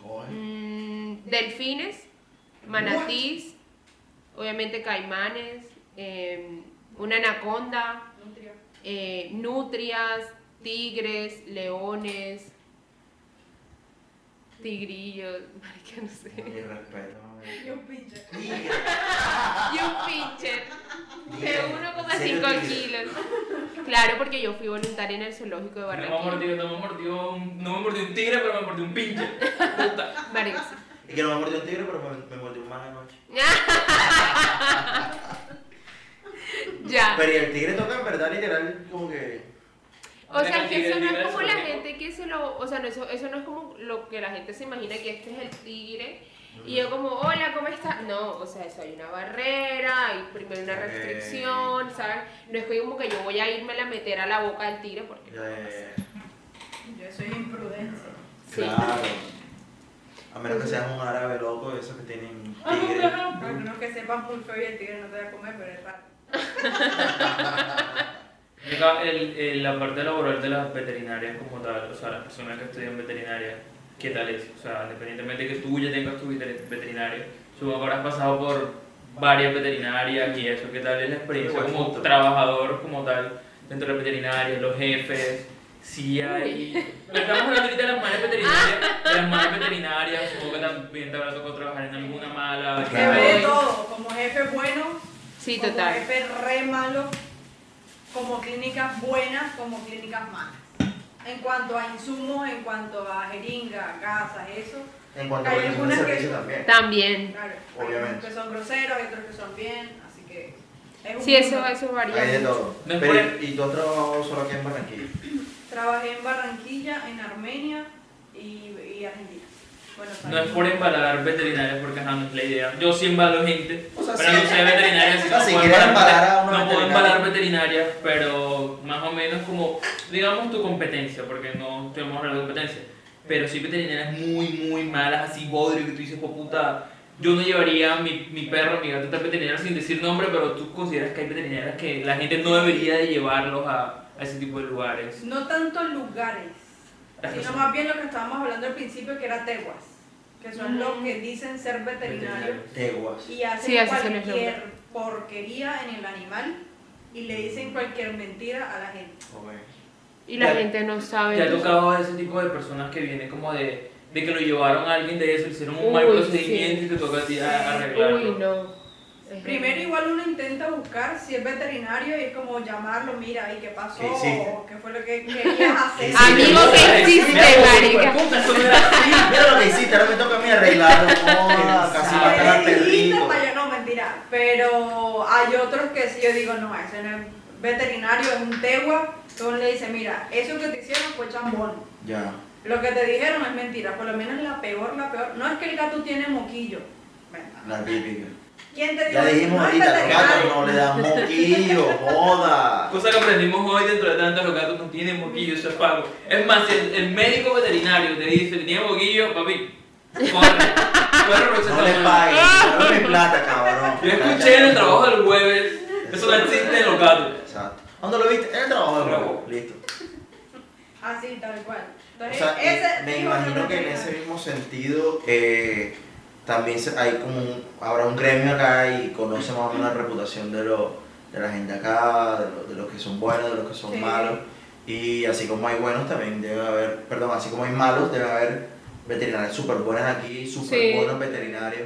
Speaker 2: Coño.
Speaker 3: Mm, delfines, manatís, obviamente caimanes, eh, una anaconda.
Speaker 5: Nutria.
Speaker 3: eh, nutrias, tigres, leones, tigrillos, [laughs] marica, no sé.
Speaker 2: Mi respeto. marica.
Speaker 5: Y un pinche.
Speaker 2: Tigre. serio,
Speaker 3: 5
Speaker 2: tigre?
Speaker 3: kilos. Claro, porque yo fui voluntaria en el zoológico de
Speaker 4: No me
Speaker 3: Barranquilla.
Speaker 4: mordió, no me mordió, un- no me mordió un tigre, pero me mordió un pinche. Puta.
Speaker 3: Marico, sí.
Speaker 2: Y que no me mordió un tigre, pero me, me mordió un man anoche.
Speaker 3: ya.
Speaker 2: Pero y el tigre toca en verdad, literal, como que.
Speaker 3: O sea,
Speaker 4: Venga,
Speaker 3: que eso
Speaker 4: tigre,
Speaker 3: no
Speaker 4: tigre,
Speaker 3: es como la
Speaker 4: eso,
Speaker 3: gente que se lo. O sea, no, eso, eso no es como lo que la gente se imagina que este es el tigre. Y yo, como, hola, ¿cómo estás? No, o sea, eso hay una barrera, hay primero una
Speaker 2: Ok.
Speaker 3: restricción, ¿sabes? No es que como que yo voy a irme a meter a la boca del tigre porque. no va a
Speaker 2: ya,
Speaker 3: pasar.
Speaker 2: ya, ya.
Speaker 5: Yo soy imprudencia.
Speaker 3: Sí.
Speaker 2: Claro. A menos que seas un árabe loco, esos que tienen tigre.
Speaker 5: Para menos que sepas muy feo y el tigre no te va a comer, pero es raro.
Speaker 4: Llega el- el- la parte laboral de las veterinarias como tal, o sea, las personas que estudian veterinaria, ¿qué tal es? O sea, independientemente de que tú ya tengas tu veter- veterinaria, supongo que habrás pasado por varias veterinarias y eso, ¿qué tal es la experiencia
Speaker 2: Buen
Speaker 4: como
Speaker 2: punto.
Speaker 4: trabajador como tal dentro de la veterinaria, los jefes? Si hay... Pero Estamos hablando ahorita de las malas veterinarias, de las malas veterinarias, supongo que también te habrá tocado trabajar en alguna mala.
Speaker 5: Se ve de
Speaker 2: Claro.
Speaker 5: todo, como jefe bueno,
Speaker 3: Sí,
Speaker 5: como
Speaker 3: total.
Speaker 5: jefe re malo, como clínicas buenas, como clínicas malas. En cuanto a insumos, en cuanto a jeringa, gasas, eso,
Speaker 2: En cuanto a
Speaker 5: Hay
Speaker 2: prestación de
Speaker 5: algunas que-
Speaker 2: servicio también.
Speaker 3: También.
Speaker 5: claro, hay unos
Speaker 2: Obviamente.
Speaker 5: que son groseros, hay otros que son bien, así que es un
Speaker 3: Sí, eso,
Speaker 5: mundo.
Speaker 3: eso varía.
Speaker 2: Hay de
Speaker 3: mucho.
Speaker 2: todo.
Speaker 4: No es
Speaker 2: Pero,
Speaker 4: por-
Speaker 2: ¿y tú has trabajado solo aquí en Barranquilla?
Speaker 5: Trabajé en Barranquilla, en Armenia y, y Argentina. Bueno,
Speaker 4: No es por embalar veterinarias porque ajá, no es la idea. Yo sí embalo gente,
Speaker 2: O sea,
Speaker 4: pero
Speaker 2: sí.
Speaker 4: no sé veterinaria.
Speaker 2: O sea, si
Speaker 4: puedo
Speaker 2: quieres embalar a una
Speaker 4: no puedo
Speaker 2: veterinaria.
Speaker 4: embalar veterinarias, pero más o menos como, digamos, tu competencia, porque no tenemos la competencia. Pero sí veterinarias muy, muy malas, así bodrio, que tú dices, "Oh, puta, yo no llevaría a mi, mi perro, mi gato a esta veterinaria sin decir nombre, pero tú consideras que hay veterinarias que la gente no debería de llevarlos a, a ese tipo de lugares.
Speaker 5: No tanto lugares,
Speaker 4: Las
Speaker 5: sino
Speaker 4: personas.
Speaker 5: más bien lo que estábamos hablando al principio, que era teguas, que son
Speaker 3: Ujú.
Speaker 5: los que dicen ser veterinarios
Speaker 2: Teguas.
Speaker 5: y hacen
Speaker 3: Sí, así se les
Speaker 5: cualquier porquería en el animal y le dicen cualquier mentira a la gente.
Speaker 2: Ok.
Speaker 3: Y la
Speaker 4: Ya-
Speaker 3: gente no sabe.
Speaker 4: ¿Te ha
Speaker 3: entonces-
Speaker 4: tocado ese tipo de personas que vienen como de, de que lo llevaron a alguien de eso, le hicieron un
Speaker 3: Uy,
Speaker 4: mal
Speaker 3: sí.
Speaker 4: procedimiento y te toca a ti a- arreglarlo?
Speaker 3: Uy, no. Es
Speaker 5: Primero igual uno intenta buscar si es veterinario y es como llamarlo, mira, ¿y qué pasó?
Speaker 2: ¿Qué hiciste?
Speaker 5: o ¿Qué fue lo que querías hacer?
Speaker 2: [laughs] Sí,
Speaker 3: Amigo
Speaker 2: sí,
Speaker 3: que
Speaker 2: sí,
Speaker 3: existe,
Speaker 2: sí, sí,
Speaker 3: marica.
Speaker 4: Puta, eso no era así.
Speaker 2: Mira lo que hiciste, ahora me toca a mí
Speaker 4: [laughs]
Speaker 2: arreglarlo. Joda, casi
Speaker 5: Pues,
Speaker 2: matar al
Speaker 5: dijiste,
Speaker 2: perrito.
Speaker 5: pa' yo- no, mentira. Pero hay otros que sí, yo digo, no, ese no es veterinario, es un tegua. Entonces le dice, mira, eso que te hicieron fue chambón.
Speaker 2: Ya.
Speaker 5: Lo que te dijeron es mentira, por lo menos la peor, la peor. No es que el gato tiene moquillo. Venga.
Speaker 2: La típica.
Speaker 5: ¿Quién te dijo?
Speaker 2: Ya dijimos
Speaker 5: no es
Speaker 2: ahorita, los gatos
Speaker 5: veterinario.
Speaker 2: no le dan moquillo, joda.
Speaker 4: Cosa que aprendimos hoy dentro de tantas, los gatos no tienen moquillo, eso es pago. Es más, si el, el médico veterinario te dice, tenía moquillo, papi, corre, corre, procesa
Speaker 2: No le
Speaker 4: mal.
Speaker 2: pagues, no mi plata, cabrón.
Speaker 4: Ah. Yo escuché en el trabajo del jueves, eso no existe en los gatos.
Speaker 2: Exacto. ¿Dónde lo viste? En el trabajo del
Speaker 4: Trabajo.
Speaker 2: huevo. Listo.
Speaker 5: Así, Ah, tal cual.
Speaker 2: O
Speaker 5: Entonces,
Speaker 2: sea, eh,
Speaker 5: ese
Speaker 2: me
Speaker 5: dijo
Speaker 2: imagino que en
Speaker 5: veterinario.
Speaker 2: ese mismo sentido eh, también se- hay como un- habrá un gremio acá y conoce más o menos la reputación de, lo, de la gente acá, de, lo- de los que son buenos, de los que son
Speaker 5: Sí.
Speaker 2: malos. Y así como hay buenos también debe haber, perdón, así como hay malos debe haber veterinarios súper buenos aquí, súper
Speaker 3: Sí.
Speaker 2: buenos veterinarios.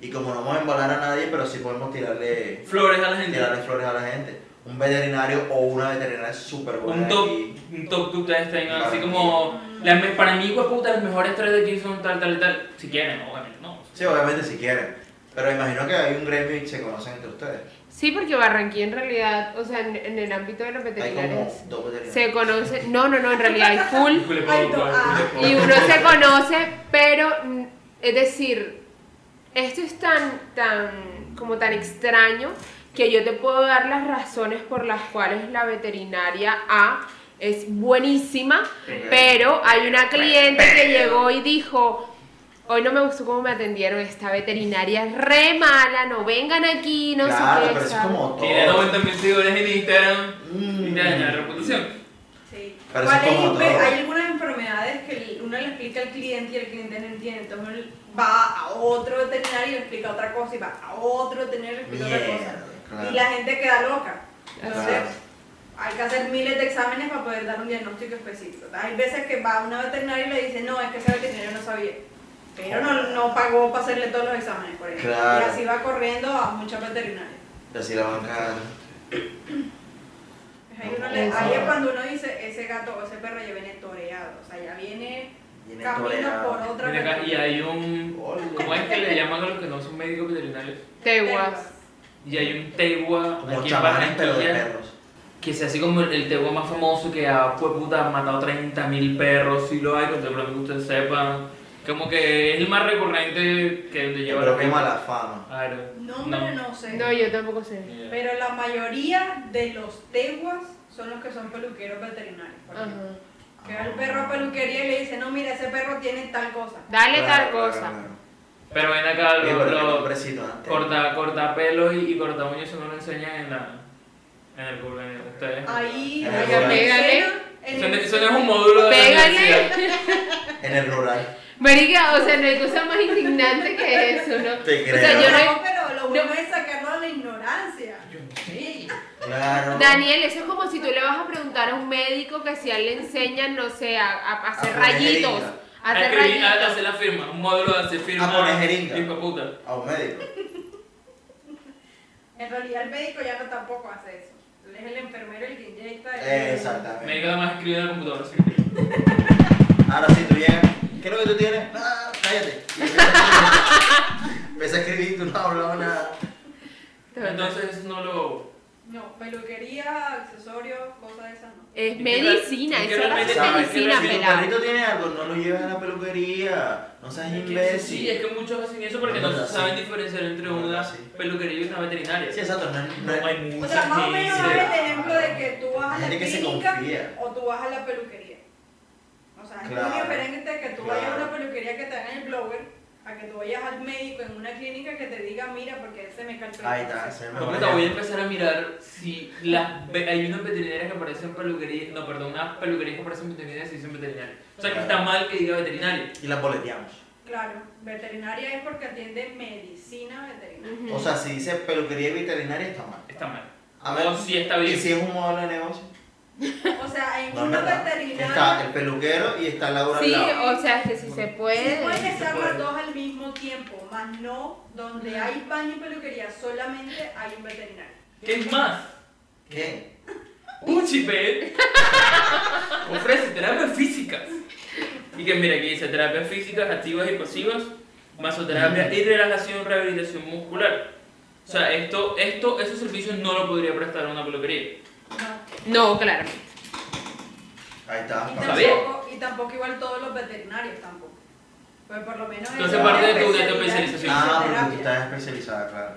Speaker 2: Y como no vamos a embalar a nadie, pero sí podemos tirarle,
Speaker 4: Flores a la gente.
Speaker 2: tirarle flores a la gente. Un veterinario o una veterinaria súper buena
Speaker 4: un top,
Speaker 2: aquí.
Speaker 4: un top que ustedes tengan,
Speaker 2: Claro.
Speaker 4: así como, las me- para mí, puta, las mejores tres de aquí son tal, tal, tal, si quieren, obviamente, no.
Speaker 2: Sí, obviamente si quieren. Pero imagino que hay un gremio y se conocen entre ustedes.
Speaker 3: Sí, porque Barranquilla en realidad, o sea, en, en el ámbito de los
Speaker 2: Hay como
Speaker 3: veterinarios,
Speaker 2: dos veterinarios.
Speaker 3: se conoce, no, no, no, en realidad hay full
Speaker 4: Híjole,
Speaker 5: Ay,
Speaker 4: Pablo,
Speaker 5: no,
Speaker 4: Pablo,
Speaker 5: ah.
Speaker 4: Pablo.
Speaker 3: y uno se conoce, pero mm, es decir, esto es tan, tan, como tan extraño que yo te puedo dar las razones por las cuales la veterinaria A es buenísima, pero hay una cliente que llegó y dijo, hoy no me gustó cómo me atendieron, esta veterinaria es re mala, no vengan aquí, no
Speaker 2: claro,
Speaker 3: sé qué.
Speaker 2: pero eso es
Speaker 3: ¿sabes?
Speaker 2: como todo.
Speaker 4: Tiene 90 mil seguidores en Instagram
Speaker 2: Mm.
Speaker 4: y te daña la reputación.
Speaker 5: Sí.
Speaker 2: Pero
Speaker 5: ¿Cuál
Speaker 2: eso es
Speaker 5: es?
Speaker 2: como
Speaker 5: Ve,
Speaker 2: todo.
Speaker 5: Hay algunas enfermedades que el- uno le explica al cliente y el cliente no entiende. Entonces uno va a otro veterinario y le explica otra cosa y va a otro veterinario y le explica otra
Speaker 2: Mierda,
Speaker 5: cosa.
Speaker 2: claro.
Speaker 5: Y la gente queda loca. Entonces,
Speaker 2: Claro.
Speaker 5: hay que hacer miles de exámenes para poder dar un diagnóstico específico. Hay veces que va a una veterinaria y le dice, no, es que ese veterinario no sabía. Pero no, no pagó para hacerle todos los exámenes, por ejemplo.
Speaker 2: Claro.
Speaker 5: Y así va corriendo a muchos veterinarios.
Speaker 2: Y así la banca
Speaker 5: Ahí, uno le- ahí es cuando uno dice, ese gato o ese perro ya viene toreado, o sea, ya viene
Speaker 2: Viene
Speaker 5: camino
Speaker 2: toreado.
Speaker 5: por otra
Speaker 4: Ven acá, y
Speaker 5: persona.
Speaker 4: hay un. ¿Cómo es que le llaman a los que no son médicos veterinarios?
Speaker 3: Teguas.
Speaker 4: Y hay un tegua
Speaker 2: Como
Speaker 4: aquí en
Speaker 2: chamanes, pero de
Speaker 4: Barranquilla
Speaker 2: perros.
Speaker 4: que se hace como el, el tegua más famoso que ha pues, puta, matado 30.000 perros, si lo hay, que seguramente ustedes sepan. Como que es el más recurrente que te lleva
Speaker 2: Pero
Speaker 4: la
Speaker 2: qué
Speaker 4: gente.
Speaker 2: mala fama.
Speaker 4: Claro.
Speaker 5: No, hombre, no sé.
Speaker 3: No, yo tampoco sé.
Speaker 4: Yeah.
Speaker 5: Pero la mayoría de los teguas son los que son peluqueros veterinarios. por
Speaker 3: Ajá.
Speaker 5: ejemplo. Que va el perro a peluquería y le dice, no, mira, ese perro tiene tal cosa.
Speaker 3: Dale
Speaker 2: Claro,
Speaker 3: tal cosa.
Speaker 2: claro, claro.
Speaker 4: Pero ven acá,
Speaker 2: Oye,
Speaker 4: los
Speaker 2: pero qué este?
Speaker 4: lo,
Speaker 2: nombrecito, ¿no?
Speaker 4: corta, corta pelos y, y corta uñas, eso no lo enseñan en, la, en el curso de ustedes.
Speaker 2: Ajá.
Speaker 5: Ahí, ahí en la
Speaker 3: Pégale.
Speaker 5: escena, en
Speaker 4: Eso, no-
Speaker 5: el-
Speaker 4: eso no es un módulo de la universidad.
Speaker 3: Pégale.
Speaker 2: En el rural.
Speaker 3: Marica, o sea, no hay cosa más indignante que eso, ¿no?
Speaker 2: Te
Speaker 3: O sea,
Speaker 2: creo.
Speaker 3: yo no
Speaker 5: No, pero lo bueno es sacarlo a la ignorancia.
Speaker 2: Claro.
Speaker 3: Daniel, eso es como si tú le vas a preguntar a un médico que si a él le enseñan, no sé, a, a- a hacer
Speaker 2: poner
Speaker 3: rayitos.
Speaker 2: jeringa.
Speaker 3: A
Speaker 4: Hay
Speaker 3: hacer
Speaker 4: que ir a
Speaker 3: rayitos.
Speaker 4: hacer la firma, un módulo de hacer firma.
Speaker 2: poner Ah, jeringa.
Speaker 4: hijo de puta.
Speaker 2: A un médico.
Speaker 5: En realidad el médico ya no tampoco hace eso. Él es el enfermero el que inyecta.
Speaker 2: Eh,
Speaker 5: el-
Speaker 4: Me
Speaker 2: Exactamente.
Speaker 4: queda más escribir en la computadora. sí.
Speaker 2: Ahora sí, tú llegas. ¿Qué es lo que tú tienes? Ah,
Speaker 4: [laughs]
Speaker 2: cállate. Empecé a escribir y tú no hablabas nada.
Speaker 4: Entonces no lo.
Speaker 5: No, peluquería, accesorios, cosas de esas no.
Speaker 3: Es
Speaker 4: que
Speaker 3: medicina,
Speaker 4: re- y que
Speaker 3: eso ahora es
Speaker 4: realmente-
Speaker 3: medicina,
Speaker 4: y que
Speaker 2: si tu
Speaker 4: realmente-
Speaker 3: pelado.
Speaker 2: perrito tiene algo, no lo lleves a la peluquería. No seas
Speaker 4: Sí, es
Speaker 2: imbécil.
Speaker 4: que muchos hacen eso porque
Speaker 2: No,
Speaker 4: no,
Speaker 2: no, no,
Speaker 4: saben
Speaker 2: sí.
Speaker 4: diferenciar entre
Speaker 2: No, no,
Speaker 4: una
Speaker 2: sí.
Speaker 4: peluquería y una veterinaria.
Speaker 2: Sí, exacto. No, es- no es-
Speaker 4: No hay
Speaker 5: O
Speaker 4: mucha
Speaker 5: sea, más o menos es
Speaker 4: gente.
Speaker 5: el ejemplo de que tú vas a la
Speaker 2: Gente que se
Speaker 5: clínica
Speaker 2: confía.
Speaker 5: o tú vas a la peluquería. O sea, es muy
Speaker 2: Claro.
Speaker 5: diferente que tú vayas a
Speaker 2: Claro.
Speaker 5: una peluquería que te hagan el blower a que tú vayas al médico en una clínica que te diga, mira, porque se me calculó.
Speaker 2: Ahí está, se me
Speaker 4: No, puta, voy a empezar a mirar si las ve- hay unas veterinarias que parecen peluquerías, no, perdón, unas peluquerías que parecen veterinarias y dicen veterinarias. O sea, que está mal que diga veterinaria.
Speaker 2: Y las boleteamos.
Speaker 5: Claro, veterinaria es porque atiende medicina veterinaria.
Speaker 3: Ujú.
Speaker 2: O sea, si dice peluquería y veterinaria, está mal.
Speaker 4: Está mal.
Speaker 2: A
Speaker 4: O
Speaker 2: ver,
Speaker 4: si está bien.
Speaker 2: ¿Y si es un modelo de negocio?
Speaker 5: O sea, en
Speaker 2: No, es
Speaker 5: una
Speaker 2: verdad.
Speaker 5: veterinaria
Speaker 2: Está el peluquero y está Laura al
Speaker 3: Sí,
Speaker 2: lado.
Speaker 3: o sea, que si se
Speaker 5: sí
Speaker 3: puede.
Speaker 4: pues.
Speaker 5: pueden estar
Speaker 2: puede.
Speaker 5: las dos al mismo tiempo, más no donde hay baño y peluquería, solamente hay un veterinario.
Speaker 4: ¿Qué es más?
Speaker 2: ¿Qué?
Speaker 4: Puchipe ¿eh? ofrece terapias físicas. Y que mira, aquí dice terapias físicas, activas y pasivas, masoterapia y relajación, rehabilitación muscular. O sea, esto, esto, esos servicios no lo podría prestar una peluquería.
Speaker 5: No.
Speaker 3: No, claro.
Speaker 2: Ahí Ah, está.
Speaker 5: Y
Speaker 4: ¿Sabía?
Speaker 5: tampoco, y tampoco igual todos los veterinarios tampoco. Pues por lo menos
Speaker 4: Entonces,
Speaker 5: en
Speaker 2: parte
Speaker 5: la
Speaker 2: de tu-
Speaker 4: de tu
Speaker 5: especialidad en
Speaker 4: especialización.
Speaker 2: Ah, porque tú
Speaker 5: fisioterapia.
Speaker 2: estás especializada, claro.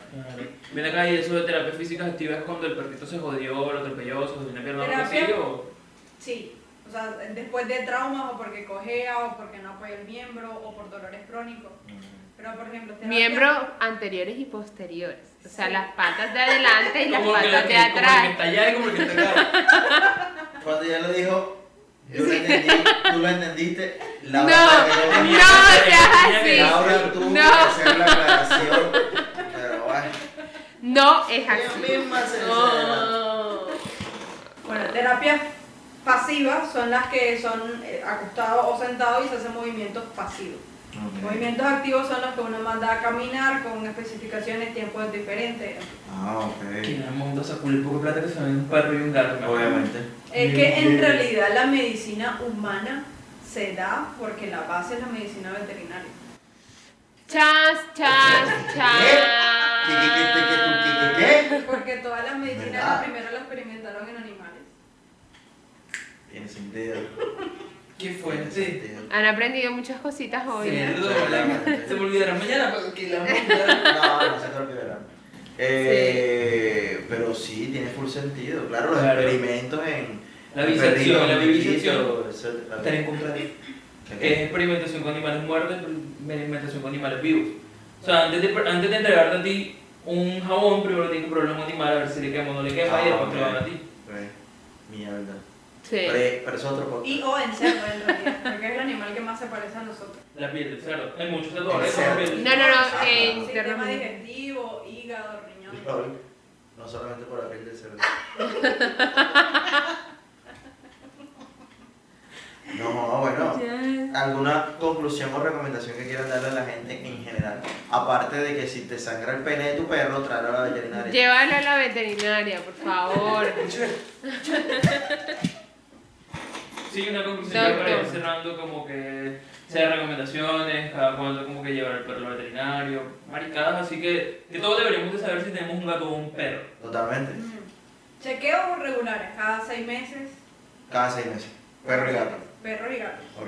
Speaker 4: Ven acá y eso de terapias físicas activas es cuando el perrito se jodió, lo atropelló, se jodió una pierna o algo así.
Speaker 5: ¿Terapia?
Speaker 4: O...
Speaker 5: Sí, o sea, después de traumas o porque cojea o porque no apoya el miembro o por dolores crónicos. Pero por ejemplo, terapia-
Speaker 3: Miembros anteriores y posteriores. O sea, las patas de adelante y las
Speaker 4: Como que, la
Speaker 3: patas
Speaker 4: que-
Speaker 3: de
Speaker 4: como el que
Speaker 3: atrás.
Speaker 4: está allá y como el que
Speaker 5: [laughs]
Speaker 4: está acá.
Speaker 2: Cuando ya lo dijo, yo lo entendí, tú lo entendiste,
Speaker 3: No,
Speaker 2: Laura
Speaker 3: no,
Speaker 2: quedó-
Speaker 4: tenía que-
Speaker 3: seas así.
Speaker 2: Laura tuvo que
Speaker 3: No.
Speaker 2: hacer la aclaración. Pero bueno,
Speaker 3: No es
Speaker 2: ella
Speaker 3: así.
Speaker 2: misma se
Speaker 3: Oh.
Speaker 2: se-
Speaker 3: No.
Speaker 5: Bueno, terapias pasivas son las que son eh, acostados o sentados y se hacen movimientos pasivos. Movimientos activos son los que uno manda a caminar con especificaciones, tiempos diferentes.
Speaker 2: Ah,
Speaker 4: ¿Quién
Speaker 2: ok.
Speaker 4: al mundo sacó el poco plata que se ve un perro y un gato? ¿no?
Speaker 2: Obviamente.
Speaker 5: Es que en realidad la medicina humana se da porque la base es la medicina veterinaria.
Speaker 3: Chas, chas,
Speaker 2: ¿Qué, qué, qué, qué, qué,
Speaker 3: chas.
Speaker 2: qué, qué,
Speaker 5: Porque todas las medicinas
Speaker 2: ¿Verdad?
Speaker 5: las primero las experimentaron en animales.
Speaker 2: qué? Tiene sentido.
Speaker 4: ¿Qué
Speaker 2: Tiene
Speaker 4: fuerte?
Speaker 2: sentido.
Speaker 3: Han aprendido muchas cositas hoy.
Speaker 4: Cerdo, la- Se me olvidará mañana porque la monta.
Speaker 2: [laughs] No, no se te olvidará. Eh, Pero sí, tiene full sentido. Claro, los
Speaker 4: Claro.
Speaker 2: experimentos en.
Speaker 4: La
Speaker 2: en
Speaker 4: bisección,
Speaker 2: perritos,
Speaker 4: la
Speaker 2: en bichitos,
Speaker 4: bisección.
Speaker 2: etcétera.
Speaker 4: Estar en contra de que es
Speaker 2: ¿Qué?
Speaker 4: experimentación con animales muertos, experimentación con animales vivos. O sea, antes de, antes de entregarte a ti un jabón, primero tienes que probarlo a un animal a ver si le quema o no le quema
Speaker 2: Ah,
Speaker 4: y después te lo
Speaker 2: ok.
Speaker 4: dan a ti.
Speaker 2: Pre- Mierda.
Speaker 3: Sí.
Speaker 2: Pre- Pero es otro
Speaker 5: Y
Speaker 2: podcast.
Speaker 5: o en cerdo en realidad, porque es el animal que más se parece a nosotros.
Speaker 4: La piel del cerdo. Hay muchos
Speaker 2: El
Speaker 4: tatuajes con
Speaker 2: cerdo.
Speaker 4: piel.
Speaker 3: No, no, no,
Speaker 2: eh,
Speaker 5: Sistema
Speaker 3: interrumpí.
Speaker 5: digestivo, hígado, riñón.
Speaker 2: Lol. No solamente por la piel del cerdo. No, bueno. ¿Alguna conclusión o recomendación que quieras darle a la gente en general? Aparte de que si te sangra el pene de tu perro, tráelo a la veterinaria.
Speaker 3: Llévalo a la veterinaria, por favor.
Speaker 4: Sí, una conclusión que
Speaker 3: Doctor.
Speaker 4: vaya cerrando como que sea recomendaciones, cada cuánto como que llevar el perro al veterinario, maricadas, así que, que todos deberíamos de saber si tenemos un gato o un perro.
Speaker 2: Totalmente.
Speaker 5: Chequeos regulares, cada seis meses,
Speaker 2: Cada seis meses. Perro y gato.
Speaker 5: perros y gatos.
Speaker 2: Ok,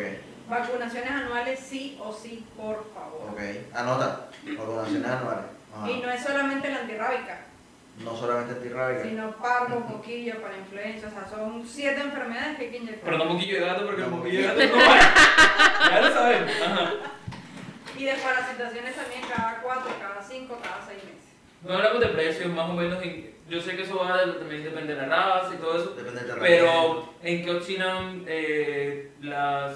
Speaker 5: Vacunaciones anuales sí o sí, por favor.
Speaker 2: ok. Anota. Vacunaciones anuales. Ajá.
Speaker 5: Y no es solamente la antirrábica,
Speaker 2: No solamente antirrábica.
Speaker 5: sino parvo, coquillo, para influenza. O sea, son siete enfermedades que hay que inyectar.
Speaker 4: Pero no moquillo de gato porque el
Speaker 2: No,
Speaker 4: moquillo de gato no va. [laughs] Ya lo sabemos. Ajá.
Speaker 5: Y de parasitaciones también cada cuatro, cada cinco, cada seis meses.
Speaker 4: No hablamos de precios, más o menos. en- yo sé que eso va a- también depende de la raza y todo eso.
Speaker 2: Depende del terreno.
Speaker 4: Pero, ¿en qué obstinan eh, las.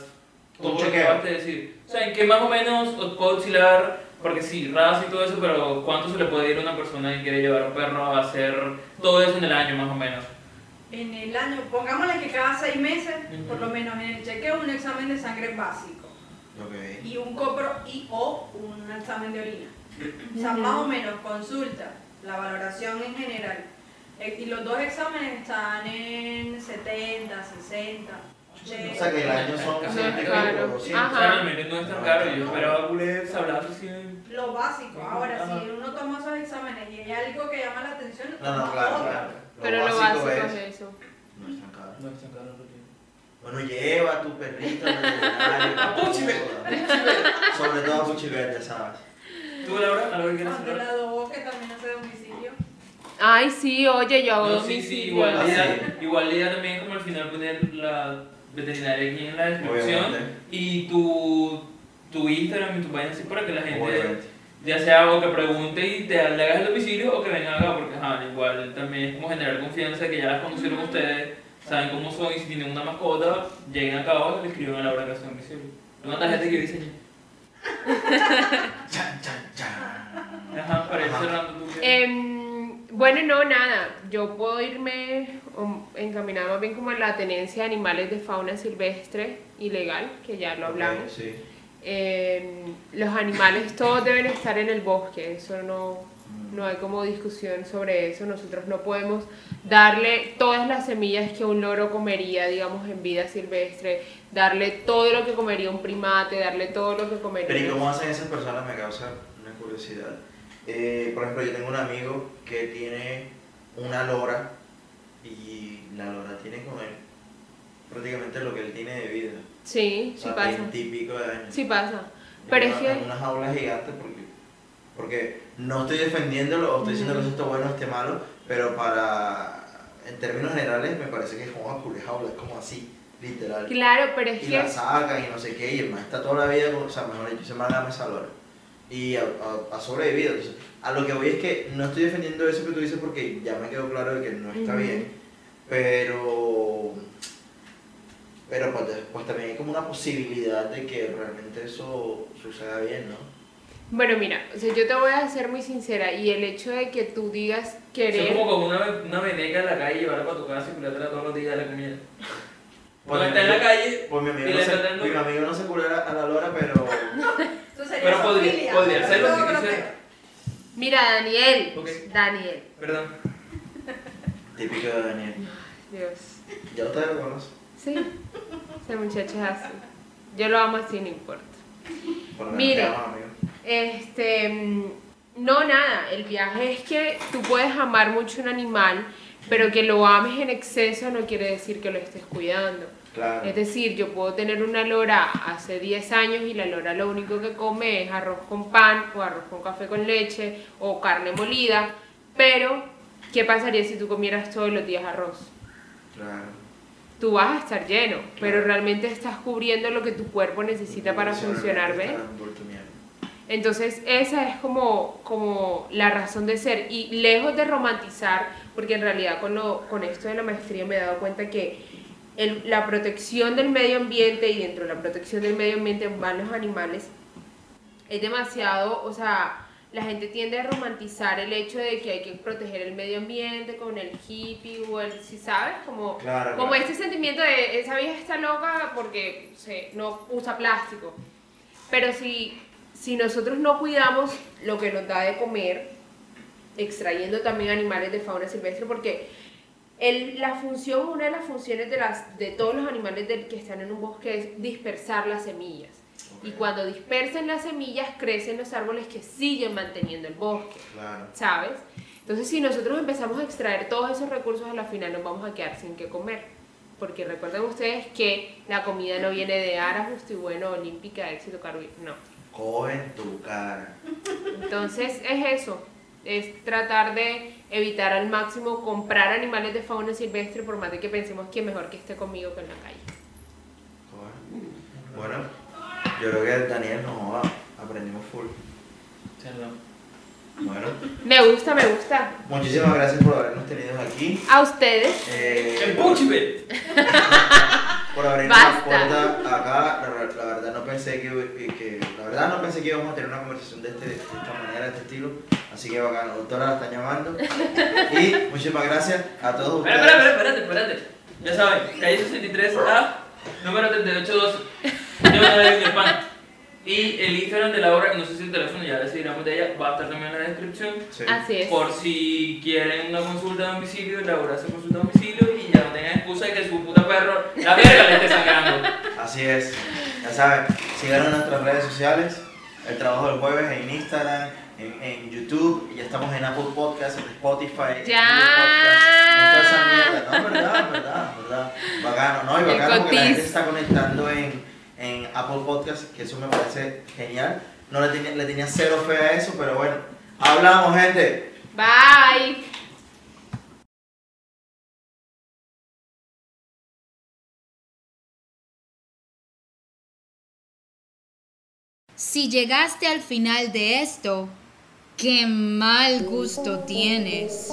Speaker 2: Un
Speaker 4: todo lo que
Speaker 2: chequeo.
Speaker 4: acabaste de decir? O sea, ¿en qué más o menos os puedo oscilar? Porque sí, raza y todo eso, pero ¿cuánto se le puede ir a una persona que quiere llevar a un perro a hacer todo eso en el año, más o menos?
Speaker 5: En el año, pongámosle que cada seis meses, por lo menos en el chequeo, un examen de sangre básico.
Speaker 2: Ok.
Speaker 5: y un copro y o un examen de orina. O sea, más o menos consulta, la valoración en general. Eh, Y los dos exámenes están en 70, 60,
Speaker 2: O sea
Speaker 5: 80.
Speaker 2: que el año son
Speaker 4: No es
Speaker 2: 100 y pico,
Speaker 3: caro.
Speaker 2: 200.
Speaker 4: O sea, realmente no es tan caro. Yo
Speaker 2: No.
Speaker 4: esperaba culés, sablazo, así.
Speaker 5: Lo básico. Ahora,
Speaker 4: Ajá.
Speaker 5: si uno toma esos exámenes y hay algo que llama la atención,
Speaker 2: No,
Speaker 5: toma
Speaker 2: no, claro,
Speaker 5: otro.
Speaker 2: claro.
Speaker 3: Pero lo básico
Speaker 2: es-
Speaker 3: es eso.
Speaker 2: No es tan caro.
Speaker 4: No es tan caro, no
Speaker 2: Bueno, lleva a tu perrito al veterinario. [laughs]
Speaker 4: A Puchibete.
Speaker 2: Sobre todo a Puchibete, ¿sabes?
Speaker 4: ¿Tú, Laura, algo que quieras
Speaker 5: Cuando
Speaker 4: hablar?
Speaker 5: la dobo, que también hace domicilio.
Speaker 3: Ay, sí, oye, yo hago
Speaker 4: No, sí, sí,
Speaker 3: domicilio.
Speaker 4: igual la idea,
Speaker 2: Ah,
Speaker 4: igual la idea también es como al final poner la veterinaria aquí en la descripción
Speaker 2: Obviamente.
Speaker 4: y tu, tu Instagram y tu página así para que la gente
Speaker 2: Obviamente.
Speaker 4: ya sea o que pregunte y te le hagas el domicilio o que venga acá porque ajá, igual también es como generar confianza que ya las conocieron ustedes, saben cómo son y si tienen una mascota, lleguen acá abajo y le escriben a la hora que hace domicilio. Una tarjeta que diseñé.
Speaker 2: Chan, chan, chan.
Speaker 4: Ajá, para ir
Speaker 2: Ajá.
Speaker 4: cerrando tu
Speaker 3: Em, bueno, no, nada. Yo puedo irme um, encaminada más bien como a la tenencia de animales de fauna silvestre ilegal, que ya lo hablamos.
Speaker 2: Ok, Sí.
Speaker 3: Em, los animales todos deben estar en el bosque, eso no, no hay como discusión sobre eso. Nosotros no podemos darle todas las semillas que un loro comería, digamos, en vida silvestre, darle todo lo que comería un primate, darle todo lo que comería.
Speaker 2: Pero ¿y cómo hacen esas personas? Me causa una curiosidad. Eh, por ejemplo, yo tengo un amigo que tiene una lora y la lora tiene con él prácticamente lo que él tiene de vida.
Speaker 3: Sí,
Speaker 2: O
Speaker 3: sí
Speaker 2: sea,
Speaker 3: pasa.
Speaker 2: 20 y pico de años.
Speaker 3: Sí pasa. Pero es que...
Speaker 2: En una jaula gigante porque, porque no estoy defendiéndolo o estoy diciendo que esto bueno o esté malo, pero para, en términos generales, me parece que es como una jaula, es como así, literal.
Speaker 3: Claro, pero es
Speaker 2: Y
Speaker 3: que...
Speaker 2: la sacan y no sé qué, y el man está toda la vida, con, o sea, mejor dicho, se manda a esa lora. Y ha, ha- ha sobrevivido. Entonces, a lo que voy es que no estoy defendiendo eso que tú dices porque ya me quedó claro de que no está
Speaker 3: Ujú.
Speaker 2: bien, pero. Pero pues, de- pues también hay como una posibilidad de que realmente eso suceda bien, ¿no?
Speaker 3: Bueno, mira, o sea, yo te voy a ser muy sincera y el hecho de que tú digas
Speaker 4: Es
Speaker 3: querer...
Speaker 4: como con una, una veneca en la calle, llevarla para tu casa y culiártela todos los días de la comida. Cuando
Speaker 2: Pues,
Speaker 4: está en la calle,
Speaker 2: Pues mi amigo,
Speaker 4: Y
Speaker 2: no
Speaker 4: le
Speaker 2: se,
Speaker 4: tratando-
Speaker 2: mi amigo no se curó a, la- a la lora,
Speaker 3: [laughs]
Speaker 2: pero.
Speaker 5: Entonces sería
Speaker 4: Pero podría-
Speaker 5: zoofilia,
Speaker 4: podría
Speaker 5: pero
Speaker 4: serlo si
Speaker 5: todo lo
Speaker 4: quisiera.
Speaker 5: peor.
Speaker 3: Mira, Daniel.
Speaker 4: Ok.
Speaker 3: Daniel.
Speaker 4: perdón.
Speaker 2: Típico de Daniel.
Speaker 3: Dios.
Speaker 2: Ya ustedes lo conocen.
Speaker 3: Sí. Ese muchacho es así. Yo lo amo así, no importa.
Speaker 2: Por lo menos
Speaker 3: Mire.
Speaker 2: te llaman amigo.
Speaker 3: Este, mm, no, nada, el viaje es que tú puedes amar mucho un animal, pero que lo ames en exceso no quiere decir que lo estés cuidando.
Speaker 2: Claro.
Speaker 3: Es decir, yo puedo tener una lora hace 10 años y la lora lo único que come es arroz con pan o arroz con café con leche o carne molida, pero ¿qué pasaría si tú comieras todos los días arroz?
Speaker 2: Claro.
Speaker 3: Tú vas a estar lleno, pero realmente estás cubriendo lo que tu cuerpo necesita para funcionar, ¿ves?
Speaker 2: Claro, por tu mierda.
Speaker 3: Entonces esa es como, como la razón de ser y lejos de romantizar, porque en realidad con, lo- con esto de la maestría me he dado cuenta que el- la protección del medio ambiente y dentro de la protección del medio ambiente van los animales, es demasiado, o sea, la gente tiende a romantizar el hecho de que hay que proteger el medio ambiente con el hippie o el, si sabes, como,
Speaker 2: Claro,
Speaker 3: como
Speaker 2: claro.
Speaker 3: este sentimiento de esa vieja está loca porque no sé, no usa plástico. Pero si, si nosotros no cuidamos lo que nos da de comer, extrayendo también animales de fauna silvestre, porque el- la función, una de las funciones de, las, de todos los animales del, que están en un bosque es dispersar las semillas. Y
Speaker 2: Ok.
Speaker 3: cuando dispersan las semillas, crecen los árboles que siguen manteniendo el bosque,
Speaker 2: Claro.
Speaker 3: ¿sabes? Entonces, si nosotros empezamos a extraer todos esos recursos, a la final nos vamos a quedar sin qué comer. Porque recuerden ustedes que la comida no viene de Ara, Justo y Bueno, Olímpica, Éxito, Carvi, no.
Speaker 2: Coge en tu cara.
Speaker 3: Entonces es eso, es tratar de evitar al máximo comprar animales de fauna silvestre por más de que pensemos que mejor que esté conmigo que en la calle.
Speaker 2: Coge. Bueno, yo creo que Daniel nos joda. Aprendimos full.
Speaker 4: Perdón.
Speaker 2: Bueno,
Speaker 3: Me gusta, me gusta.
Speaker 2: muchísimas gracias por habernos tenido aquí.
Speaker 3: A ustedes,
Speaker 2: Eh,
Speaker 4: ¡El Puchibet!
Speaker 2: por abrir
Speaker 3: Basta.
Speaker 2: la puerta acá. La, ver- la verdad no pensé que, que- que- la verdad no pensé que íbamos a tener una conversación de, este, de esta manera, de este estilo. Así que bacano, doctora la están llamando. Y muchísimas gracias a todos
Speaker 4: Espera,
Speaker 2: ustedes.
Speaker 4: espera, espera, espérate, espérate. Ya saben, calle 63 A, número 3812. Yo me la el pan. Y el Instagram de la obra, que no sé si el teléfono ya decidiremos de ella, va a estar también en la descripción.
Speaker 2: Sí.
Speaker 3: así es.
Speaker 4: Por si quieren una consulta a domicilio, la obra hace consulta a domicilio y ya no tengan excusa de que su puta perro la verga le esté sangrando.
Speaker 2: Así es. Ya saben, síganos en nuestras redes sociales. El trabajo del jueves en Instagram, en, en YouTube. y Ya estamos en Apple Podcasts, en Spotify. en
Speaker 3: Ya.
Speaker 2: Google Podcasts, en toda esa mierda. No, verdad, verdad, verdad. Bacano, ¿no? Y
Speaker 3: El
Speaker 2: bacano porque la
Speaker 3: cotiz.
Speaker 2: gente se está conectando en, en Apple Podcasts, que eso me parece genial. No le tenía, le tenía cero fe a eso, pero bueno. Hablamos, gente.
Speaker 3: Bye.
Speaker 1: Si llegaste al final de esto, qué mal gusto tienes.